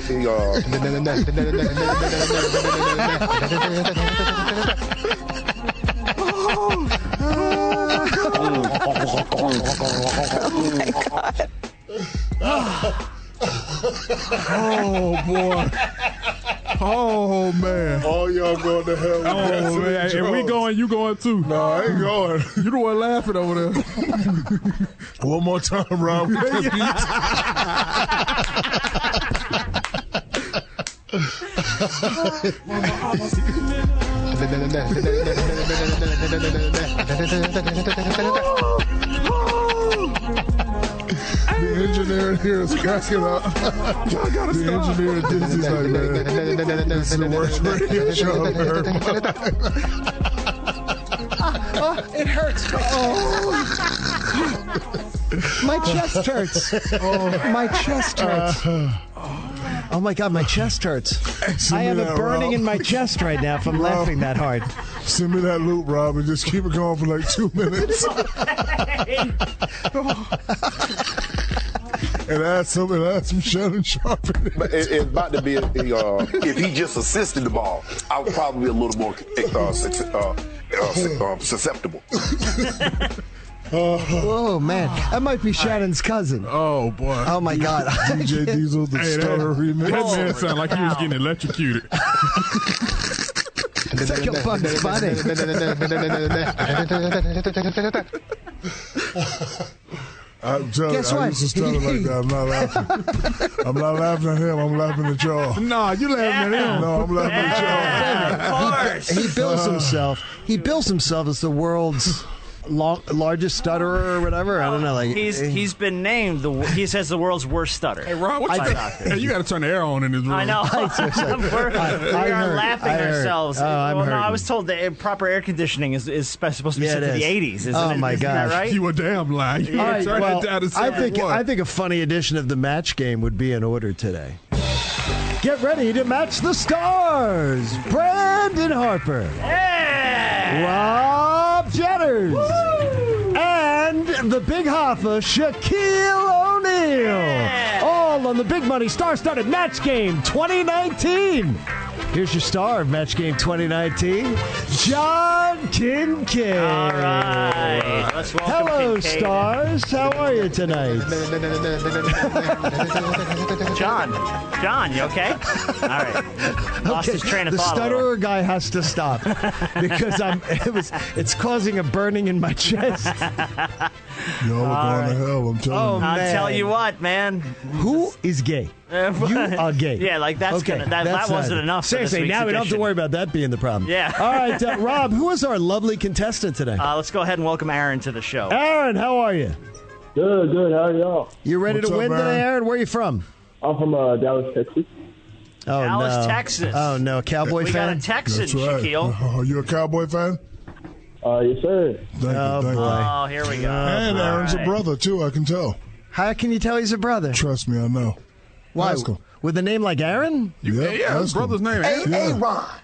Speaker 4: Oh boy. Oh man. All y'all going to hell. With
Speaker 8: Oh, man. If we going,
Speaker 4: you going too. No, I ain't going. You the one laughing over there. one more time, Rob. The engineer in here is cracking up. Y'all gotta the engineer at Disney's like, man, this is the worst radio show I've ever heard.
Speaker 5: Oh,
Speaker 3: it hurts. Oh. my chest hurts.
Speaker 5: Oh.
Speaker 3: my chest hurts. Oh my god, my chest hurts. I
Speaker 4: Send me
Speaker 3: have
Speaker 4: that,
Speaker 3: a burning
Speaker 4: Rob.
Speaker 3: in my chest right now from
Speaker 4: Rob.
Speaker 3: laughing that hard.
Speaker 4: Send me that loop, Rob, and just keep it going for like two minutes. and add some, and add some Shannon Sharp. in it.
Speaker 18: But it, it's about to be a, a, uh, if he just assisted the ball, I would probably be a little more uh, success, uh,
Speaker 20: uh, su- um, susceptible.
Speaker 3: oh man, that might be Shannon's cousin.
Speaker 4: Oh boy.
Speaker 3: Oh my god.
Speaker 4: DJ Diesel, the
Speaker 8: Hey,
Speaker 4: star
Speaker 8: that,
Speaker 4: remix.
Speaker 8: that man sounded like he was getting electrocuted.
Speaker 3: Take a Bugs Bunny.
Speaker 4: I'm telling
Speaker 3: Guess
Speaker 4: you,
Speaker 3: what?
Speaker 4: I used to stutter like that. I'm not laughing. I'm not laughing at him. I'm laughing at y'all.
Speaker 8: Nah, you laughing at him.
Speaker 4: No, I'm laughing at y'all.
Speaker 3: He bills
Speaker 4: Uh,
Speaker 3: himself. He bills himself as the world's long, largest stutterer or whatever. I don't know. Like
Speaker 5: He's he's been named the he says the world's worst stutter. Hey
Speaker 8: Rob, what you, hey, you got to turn the air on in this room.
Speaker 5: I know. we're
Speaker 3: I-
Speaker 5: we
Speaker 3: I
Speaker 5: are
Speaker 3: heard.
Speaker 5: laughing
Speaker 3: I heard.
Speaker 5: ourselves.
Speaker 3: Oh, I'm
Speaker 5: well, no, I
Speaker 3: hurting.
Speaker 5: was told that uh, proper air conditioning is, is spe- supposed to be
Speaker 3: Yeah,
Speaker 5: set
Speaker 3: it
Speaker 5: to the
Speaker 3: is.
Speaker 5: 80s. Isn't
Speaker 3: Oh,
Speaker 5: it?
Speaker 3: my
Speaker 5: Isn't that
Speaker 3: gosh.
Speaker 5: right?
Speaker 8: You a damn lie. You
Speaker 3: All right,
Speaker 8: turn
Speaker 3: well,
Speaker 8: it down to
Speaker 3: I
Speaker 8: 71.
Speaker 3: think I think a funny edition of the match game would be in order today. Get ready to match the stars. Brandon Harper, Rob Jenners, and the Big Hoffa, Shaquille O'Neal, all on the Big Money Star-Studded Match Game 2019. Here's your star of Match Game 2019, John Kincaid. All
Speaker 5: right, let's welcome
Speaker 3: Hello,
Speaker 5: Kincaid in.
Speaker 3: stars. How are you tonight?
Speaker 5: John, John, you okay? All right. Lost his train of
Speaker 3: the
Speaker 5: thought. a little.
Speaker 3: stutterer guy has to stop because I'm. It was. It's causing a burning in my chest.
Speaker 4: Y'all are going to hell. I'm telling
Speaker 3: Oh,
Speaker 4: you.
Speaker 5: I'll
Speaker 3: man.
Speaker 5: tell you what, man.
Speaker 3: Who is gay? You are gay.
Speaker 5: Yeah, like, that's
Speaker 3: okay.
Speaker 5: gonna- that-
Speaker 3: that's
Speaker 5: that wasn't
Speaker 3: not-
Speaker 5: enough for this
Speaker 3: Seriously,
Speaker 5: week's
Speaker 3: now we don't have to
Speaker 5: edition.
Speaker 3: worry about that being the problem.
Speaker 5: Yeah.
Speaker 3: All right, uh, Rob. Who is our lovely contestant today?
Speaker 5: Uh, let's go ahead and welcome Aaron to the show.
Speaker 3: Aaron, how are you?
Speaker 21: Good, good. How are y'all?
Speaker 3: You ready
Speaker 4: What's
Speaker 3: to
Speaker 4: up,
Speaker 3: win today,
Speaker 4: Aaron?
Speaker 3: Aaron? Where are you from?
Speaker 21: I'm from uh, Dallas, Texas.
Speaker 3: Oh no,
Speaker 5: Dallas, Texas.
Speaker 3: Oh no, Cowboy
Speaker 5: we got
Speaker 3: fan.
Speaker 5: a Texan,
Speaker 4: That's right.
Speaker 5: Shaquille.
Speaker 4: Are you a Cowboy fan?
Speaker 21: Uh, yes, sir.
Speaker 4: Thank
Speaker 3: Oh,
Speaker 4: you. Thank
Speaker 3: boy.
Speaker 4: you.
Speaker 5: Oh, here we go.
Speaker 4: And
Speaker 5: All
Speaker 4: Aaron's
Speaker 5: right.
Speaker 4: a brother, too. I can tell.
Speaker 3: How can you tell he's a brother?
Speaker 4: Trust me, I know.
Speaker 3: Why?
Speaker 4: Ask him.
Speaker 3: With a name like Aaron?
Speaker 8: You,
Speaker 4: Yep,
Speaker 8: yeah,
Speaker 4: ask
Speaker 8: his
Speaker 4: him.
Speaker 8: brother's name.
Speaker 4: Hey, hey,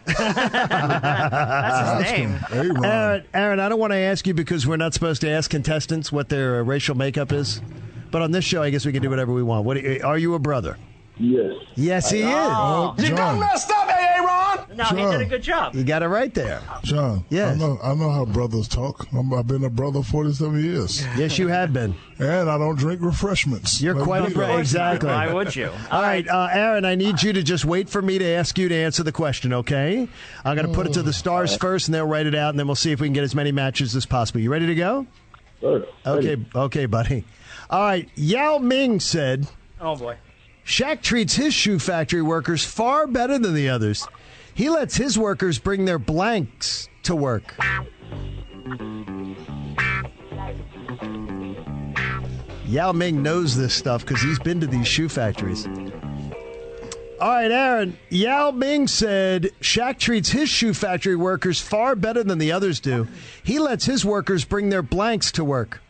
Speaker 5: That's his name.
Speaker 4: Ron.
Speaker 3: Aaron, Aaron, I don't want to ask you because we're not supposed to ask contestants what their uh, racial makeup is. But on this show, I guess we can do whatever we want. What are you a brother?
Speaker 21: Yes.
Speaker 3: Yes, he
Speaker 5: Oh.
Speaker 3: is.
Speaker 4: You John. done
Speaker 21: messed up, Aaron.
Speaker 5: No, he
Speaker 4: John.
Speaker 5: did a good job.
Speaker 3: You got it right there.
Speaker 4: John,
Speaker 3: Yes.
Speaker 4: I know I know how brothers talk. I'm, I've been a brother 47 years,
Speaker 3: Yes, you have been.
Speaker 4: and I don't drink refreshments.
Speaker 3: You're
Speaker 4: Like
Speaker 3: quite
Speaker 4: Vito.
Speaker 3: right. Exactly.
Speaker 5: Why would you?
Speaker 3: All right, uh, Aaron, I need you to just wait for me to ask you to answer the question, okay? I'm going to put it to the stars first, and they'll write it out, and then we'll see if we can get as many matches as possible. You ready to go?
Speaker 21: Sir.
Speaker 3: Okay, okay, buddy. All right, Yao Ming said.
Speaker 5: Oh, boy.
Speaker 3: Shaq treats his shoe factory workers far better than the others. He lets his workers bring their blanks to work. Yao Ming knows this stuff because he's been to these shoe factories. All right, Aaron. Yao Ming said Shaq treats his shoe factory workers far better than the others do. He lets his workers bring their blanks to work.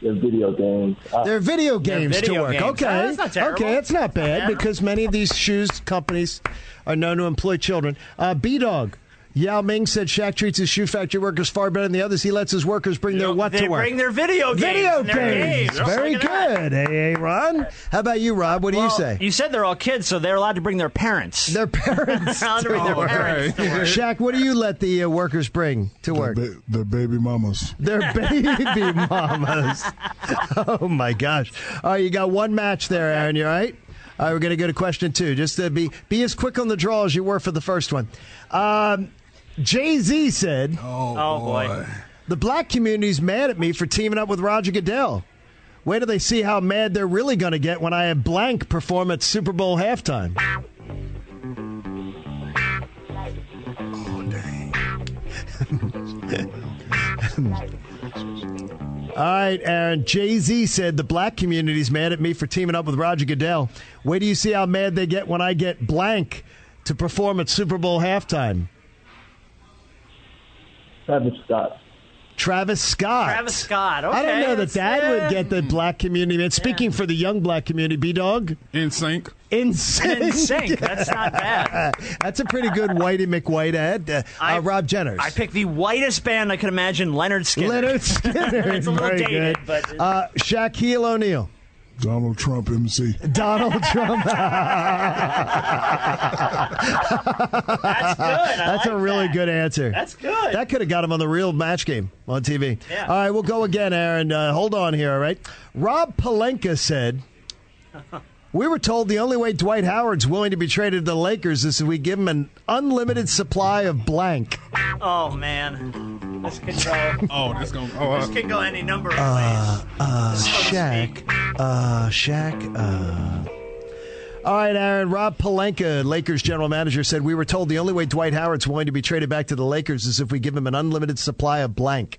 Speaker 21: The video games. I,
Speaker 3: They're video games to
Speaker 5: Uh, video
Speaker 3: work.
Speaker 5: games.
Speaker 3: Okay,
Speaker 5: Oh, that's not terrible.
Speaker 3: okay, that's not bad
Speaker 5: Yeah.
Speaker 3: because many of these shoes companies are known to employ children. Uh, B Dog. Yao Ming said Shaq treats his shoe factory workers far better than the others. He lets his workers bring their what
Speaker 5: they
Speaker 3: to work.
Speaker 5: bring their video games.
Speaker 3: video
Speaker 5: and their
Speaker 3: games.
Speaker 5: games.
Speaker 3: Very
Speaker 5: Look at that.
Speaker 3: good. Hey, Ron. How about you, Rob? What do you
Speaker 5: Well,
Speaker 3: say?
Speaker 5: Oh, You said they're all kids, so they're allowed to bring their parents.
Speaker 3: Their parents.
Speaker 5: They're allowed to bring their
Speaker 8: Oh, okay.
Speaker 5: parents to work.
Speaker 3: Shaq, what do you let the uh, workers bring to
Speaker 4: They're,
Speaker 3: work?
Speaker 4: ba- they're baby mamas.
Speaker 3: They're baby mamas. Oh my gosh! All right, you got one match there, Aaron. You all right? All right, we're going to go to question two. Just to be be as quick on the draw as you were for the first one. Um, Jay Z said,
Speaker 5: Oh, boy.
Speaker 3: "The black community's mad at me for teaming up with Roger Goodell. Where do they see how mad they're really going to get when I have blank perform at Super Bowl halftime?" All right, Aaron. Jay Z said the black community's mad at me for teaming up with Roger Goodell. Wait do you see how mad they get when I get blank to perform at Super Bowl halftime?
Speaker 21: Travis Scott.
Speaker 3: Travis Scott.
Speaker 5: Travis Scott.
Speaker 3: I don't
Speaker 5: Okay,
Speaker 3: know that
Speaker 5: that's-
Speaker 3: that
Speaker 5: yeah.
Speaker 3: would get the black community. mad. speaking for the young black community, B Dog,
Speaker 8: In sync.
Speaker 3: insane.
Speaker 5: In sync. That's not bad.
Speaker 3: That's a pretty good Whitey McWhite ad. Uh,
Speaker 5: I-
Speaker 3: uh, Rob Jenner's.
Speaker 5: I picked the whitest band I could imagine, Leonard Skinner.
Speaker 3: Leonard Skinner.
Speaker 5: It's a little
Speaker 3: Very
Speaker 5: dated,
Speaker 3: good.
Speaker 5: but-
Speaker 3: uh, Shaquille O'Neal.
Speaker 4: Donald Trump MC.
Speaker 3: Donald Trump.
Speaker 4: That's
Speaker 3: good. That's a really good answer.
Speaker 4: That's
Speaker 3: good. That could have got him on the real match game on TV.
Speaker 4: Yeah.
Speaker 3: All right, we'll go again, Aaron. Uh, hold on here, all right? Rob Palenka said, We were told the only way Dwight Howard's willing to be traded to the Lakers is if we give him an unlimited supply of blank.
Speaker 5: Oh man, this could go.
Speaker 8: oh, this going.
Speaker 5: this could go any number of
Speaker 3: Uh, uh, Shaq. Uh, Shaq. Uh. All right, Aaron. Rob Palenka, Lakers general manager, said we were told the only way Dwight Howard's willing to be traded back to the Lakers is if we give him an unlimited supply of blank.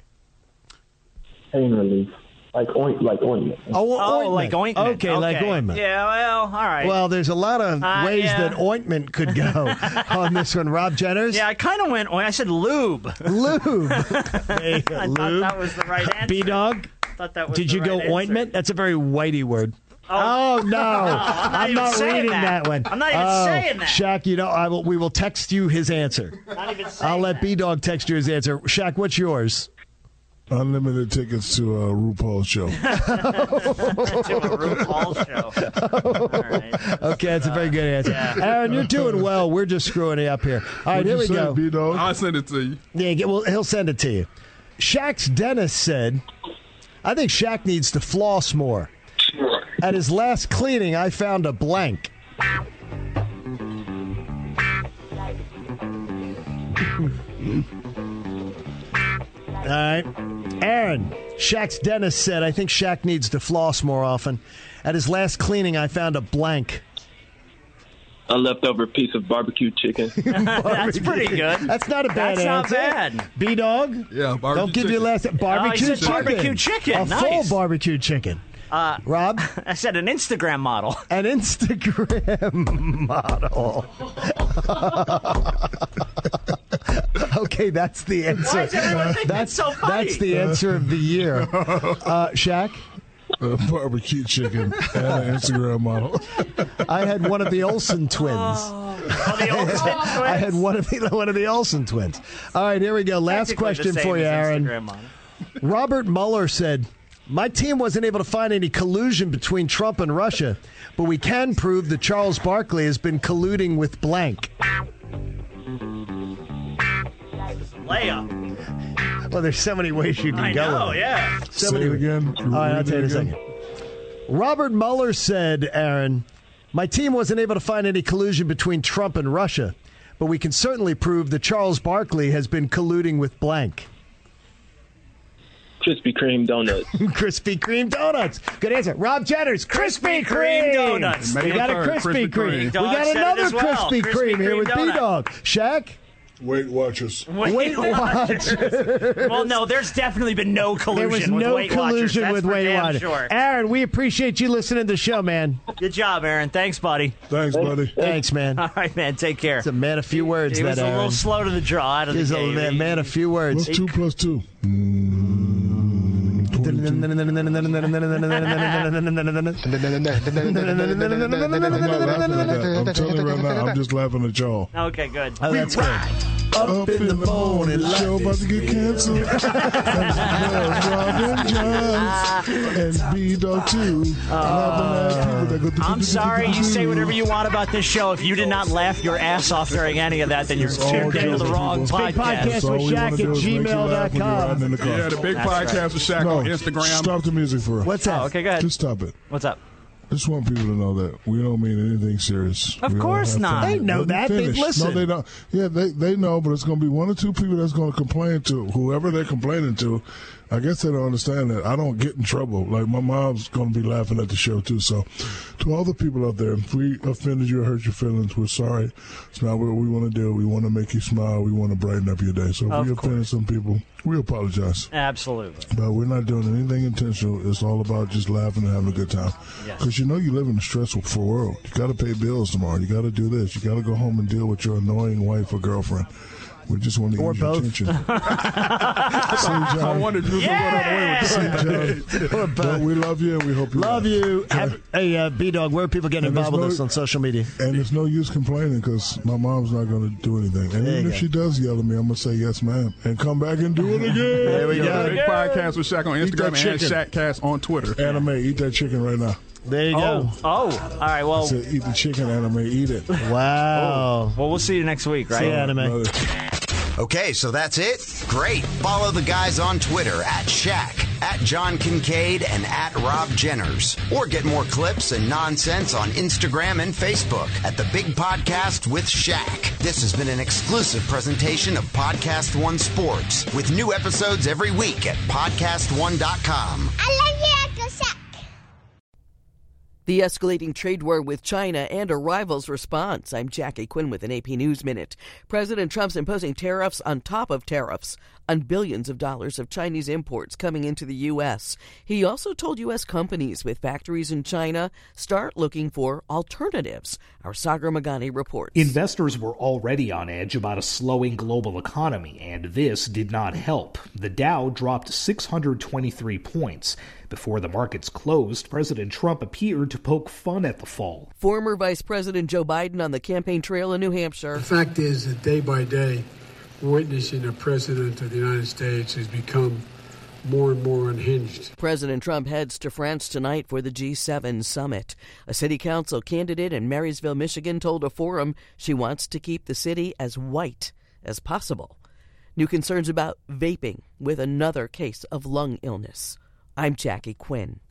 Speaker 21: Pain relief. Like oint, like ointment.
Speaker 3: Oh, ointment.
Speaker 5: like ointment.
Speaker 3: Okay, like ointment.
Speaker 5: Yeah, well, all right.
Speaker 3: Well, there's a lot of
Speaker 5: Uh,
Speaker 3: ways
Speaker 5: yeah.
Speaker 3: that ointment could go on this one. Rob Jenners.
Speaker 5: yeah, I kind of went. Well, I said lube.
Speaker 3: Lube.
Speaker 5: I thought that was the right answer.
Speaker 20: B dog.
Speaker 5: Thought that was
Speaker 20: Did
Speaker 5: the
Speaker 20: you go
Speaker 5: right answer.
Speaker 20: ointment? That's a very whitey word.
Speaker 3: Oh, no,
Speaker 5: I'm not
Speaker 3: I'm
Speaker 5: even
Speaker 3: not
Speaker 5: saying
Speaker 3: reading
Speaker 5: that.
Speaker 3: that. one.
Speaker 5: I'm not even
Speaker 3: Oh,
Speaker 5: saying that.
Speaker 3: Shaq, you know, I will. We will text you his answer.
Speaker 5: Not even saying
Speaker 3: I'll let B Dog text you his answer. Shaq, what's yours?
Speaker 4: Unlimited tickets to uh, RuPaul's show.
Speaker 3: okay, that's a very good answer. Aaron, you're doing well. We're just screwing it up here. All
Speaker 4: What'd
Speaker 3: right, here
Speaker 4: you
Speaker 3: we
Speaker 4: say,
Speaker 3: go.
Speaker 4: B-Dog?
Speaker 8: I'll send it to you.
Speaker 3: Yeah, get- well, he'll send it to you. Shaq's dentist said, I think Shaq needs to floss more. At his last cleaning, I found a blank. All right. Aaron, Shaq's dentist said, I think Shaq needs to floss more often. At his last cleaning, I found a blank.
Speaker 22: A leftover piece of barbecue chicken.
Speaker 5: That's pretty good.
Speaker 3: That's not a bad
Speaker 5: That's not
Speaker 3: answer.
Speaker 5: bad.
Speaker 3: B Dog?
Speaker 8: Yeah, barbecue
Speaker 3: Don't give your
Speaker 8: chicken.
Speaker 3: last barbecue
Speaker 5: Oh, he said
Speaker 3: chicken.
Speaker 5: barbecue chicken.
Speaker 3: A
Speaker 5: Nice.
Speaker 3: full barbecue chicken.
Speaker 5: Uh,
Speaker 3: Rob,
Speaker 5: I said an Instagram model.
Speaker 3: an Instagram model. okay, that's the answer.
Speaker 5: Why does everyone think that's so funny?
Speaker 3: That's the answer of the year. Uh, Shaq,
Speaker 4: Uh, barbecue chicken and an Instagram model.
Speaker 3: I had one of the Olsen twins.
Speaker 5: Oh.
Speaker 3: I had one of the one of the Olsen twins. All right, here we go. Last
Speaker 5: Technically the
Speaker 3: question
Speaker 5: same
Speaker 3: for you,
Speaker 5: as
Speaker 3: Aaron.
Speaker 5: Instagram model.
Speaker 3: Robert Mueller said, My team wasn't able to find any collusion between Trump and Russia, but we can prove that Charles Barkley has been colluding with blank.
Speaker 5: Layup.
Speaker 3: Well, there's so many ways you can
Speaker 5: I
Speaker 3: go.
Speaker 5: know,
Speaker 3: with it.
Speaker 5: yeah.
Speaker 3: So
Speaker 4: Say
Speaker 3: many
Speaker 4: it
Speaker 3: ways.
Speaker 4: again.
Speaker 3: All right, I'll tell you in a second. Robert Mueller said, Aaron, my team wasn't able to find any collusion between Trump and Russia, but we can certainly prove that Charles Barkley has been colluding with blank.
Speaker 22: Krispy Kreme donut.
Speaker 3: Krispy Kreme donuts. Good answer. Rob Jenner's Krispy
Speaker 5: Krispy
Speaker 3: Kreme
Speaker 5: Kreme donuts.
Speaker 3: We
Speaker 5: May
Speaker 3: got a
Speaker 5: third,
Speaker 3: Krispy
Speaker 8: Krispy Kreme.
Speaker 3: Kreme. We
Speaker 5: Dog
Speaker 3: got
Speaker 5: said it
Speaker 3: another
Speaker 5: as well.
Speaker 3: Krispy
Speaker 5: Krispy
Speaker 3: Kreme here
Speaker 5: Kreme
Speaker 3: with B
Speaker 5: donut.
Speaker 3: Dog. Shaq,
Speaker 4: Weight Watchers.
Speaker 3: Weight Watchers.
Speaker 5: well, no, there's definitely been no collusion.
Speaker 3: There was
Speaker 5: with
Speaker 3: no
Speaker 5: Weight
Speaker 3: collusion
Speaker 5: Watchers.
Speaker 3: with
Speaker 5: That's for
Speaker 3: Weight
Speaker 5: damn
Speaker 3: Watchers.
Speaker 5: Sure.
Speaker 3: Aaron, we appreciate you listening to the show, man.
Speaker 5: Good job, Aaron. Thanks, buddy.
Speaker 4: Thanks, buddy.
Speaker 3: Thanks, man.
Speaker 5: All right, man. Take care.
Speaker 3: It's a man of few words.
Speaker 5: he was
Speaker 3: that
Speaker 5: a
Speaker 3: Aaron.
Speaker 5: little slow to the draw. Out of
Speaker 3: He's
Speaker 5: the
Speaker 3: a
Speaker 5: gate.
Speaker 3: man, man of few
Speaker 4: What's
Speaker 3: words.
Speaker 4: two plus two? Mm, 22. I'm not laughing at that. I'm telling you right now, I'm just laughing at y'all.
Speaker 5: Okay, good.
Speaker 3: Oh, that's good.
Speaker 4: Up in the morning, show about to get canceled. and it's Robin Jones and B Dog too. Laughing at people that go do-
Speaker 5: Uh, I'm
Speaker 4: do- do-
Speaker 5: sorry.
Speaker 4: do-
Speaker 5: You say
Speaker 4: do.
Speaker 5: whatever you want about this show. If you did not laugh your ass off during any of that, then you're
Speaker 4: It's all
Speaker 5: tuned into
Speaker 4: jokes,
Speaker 5: the wrong
Speaker 4: people.
Speaker 5: podcast.
Speaker 4: Big That's all
Speaker 3: with
Speaker 4: we
Speaker 3: Shaq
Speaker 4: wanna
Speaker 3: at
Speaker 4: do is make you laugh when you're
Speaker 3: gmail.com.
Speaker 4: riding in the car.
Speaker 8: Yeah, the big
Speaker 5: That's
Speaker 8: podcast
Speaker 5: right.
Speaker 8: with Shaq on Instagram.
Speaker 4: Stop the music for us.
Speaker 3: What's that?
Speaker 5: Oh, okay, go ahead.
Speaker 4: Just stop it.
Speaker 5: What's up?
Speaker 4: Just want people to know that we don't mean anything serious.
Speaker 5: Of
Speaker 4: We don't
Speaker 5: course
Speaker 4: have
Speaker 5: not.
Speaker 4: fun.
Speaker 3: They know
Speaker 4: Let me
Speaker 3: that. They've
Speaker 4: finish.
Speaker 3: listened.
Speaker 4: No, they don't. Yeah, they, they know, but it's going to be one or two people that's going to complain to whoever they're complaining to. I guess they don't understand that I don't get in trouble. Like my mom's going to be laughing at the show too. So, to all the people out there, if we offended you or hurt your feelings, we're sorry. It's not what we want to do. We want to make you smile. We want to brighten up your day. So, if
Speaker 5: Of
Speaker 4: we
Speaker 5: course.
Speaker 4: offended some people, we apologize.
Speaker 5: Absolutely.
Speaker 4: But we're not doing anything intentional. It's all about just laughing and having a good time.
Speaker 5: Yes.
Speaker 4: Because you know you live in a stressful world. You got to pay bills tomorrow. You got to do this. You got to go home and deal with your annoying wife or girlfriend. We just want to
Speaker 3: Or
Speaker 4: ease your
Speaker 3: both.
Speaker 4: attention. See, John,
Speaker 8: I wondered if you were
Speaker 4: see,
Speaker 8: going away with
Speaker 4: John, but we love you and we hope you
Speaker 3: Love
Speaker 4: laugh.
Speaker 3: you. Have, hey, uh, B Dog, where are people getting
Speaker 4: And there's
Speaker 3: involved with
Speaker 4: no-
Speaker 3: us on social media?
Speaker 4: And it's no use complaining because my mom's not going to do anything. And
Speaker 3: There
Speaker 4: even
Speaker 3: you
Speaker 4: if
Speaker 3: go.
Speaker 4: she does yell at me, I'm going to say yes, ma'am, and come back and do it again.
Speaker 3: There we
Speaker 8: Yeah, the
Speaker 3: go.
Speaker 8: big podcast with Shaq on
Speaker 4: Eat that
Speaker 8: Instagram and
Speaker 4: chicken.
Speaker 8: Shaqcast on Twitter.
Speaker 4: Anime, eat that chicken right now.
Speaker 3: There you
Speaker 5: oh. go. Oh, all right. Well,
Speaker 4: said, eat the chicken anime. Eat it.
Speaker 3: Wow.
Speaker 5: Oh. Well, we'll see you next week, right?
Speaker 3: uh, See you, anime.
Speaker 2: Okay, so that's it. Great. Follow the guys on Twitter at Shaq, at John Kincaid, and at Rob Jenners. Or get more clips and nonsense on Instagram and Facebook at The Big Podcast with Shaq. This has been an exclusive presentation of Podcast One Sports with new episodes every week at podcastone.com.
Speaker 7: I love you.
Speaker 23: The escalating trade war with China and a rival's response. I'm Jackie Quinn with an AP News Minute. President Trump's imposing tariffs on top of tariffs on billions of dollars of Chinese imports coming into the U.S. He also told U.S. companies with factories in China start looking for alternatives. Our Sagar Magani reports.
Speaker 24: Investors were already on edge about a slowing global economy, and this did not help. The Dow dropped 623 points. Before the markets closed, President Trump appeared to poke fun at the fall.
Speaker 23: Former Vice President Joe Biden on the campaign trail in New Hampshire.
Speaker 25: The fact is that day by day, witnessing a president of the United States who's become more and more unhinged.
Speaker 23: President Trump heads to France tonight for the G7 summit. A city council candidate in Marysville, Michigan told a forum she wants to keep the city as white as possible. New concerns about vaping with another case of lung illness. I'm Jackie Quinn.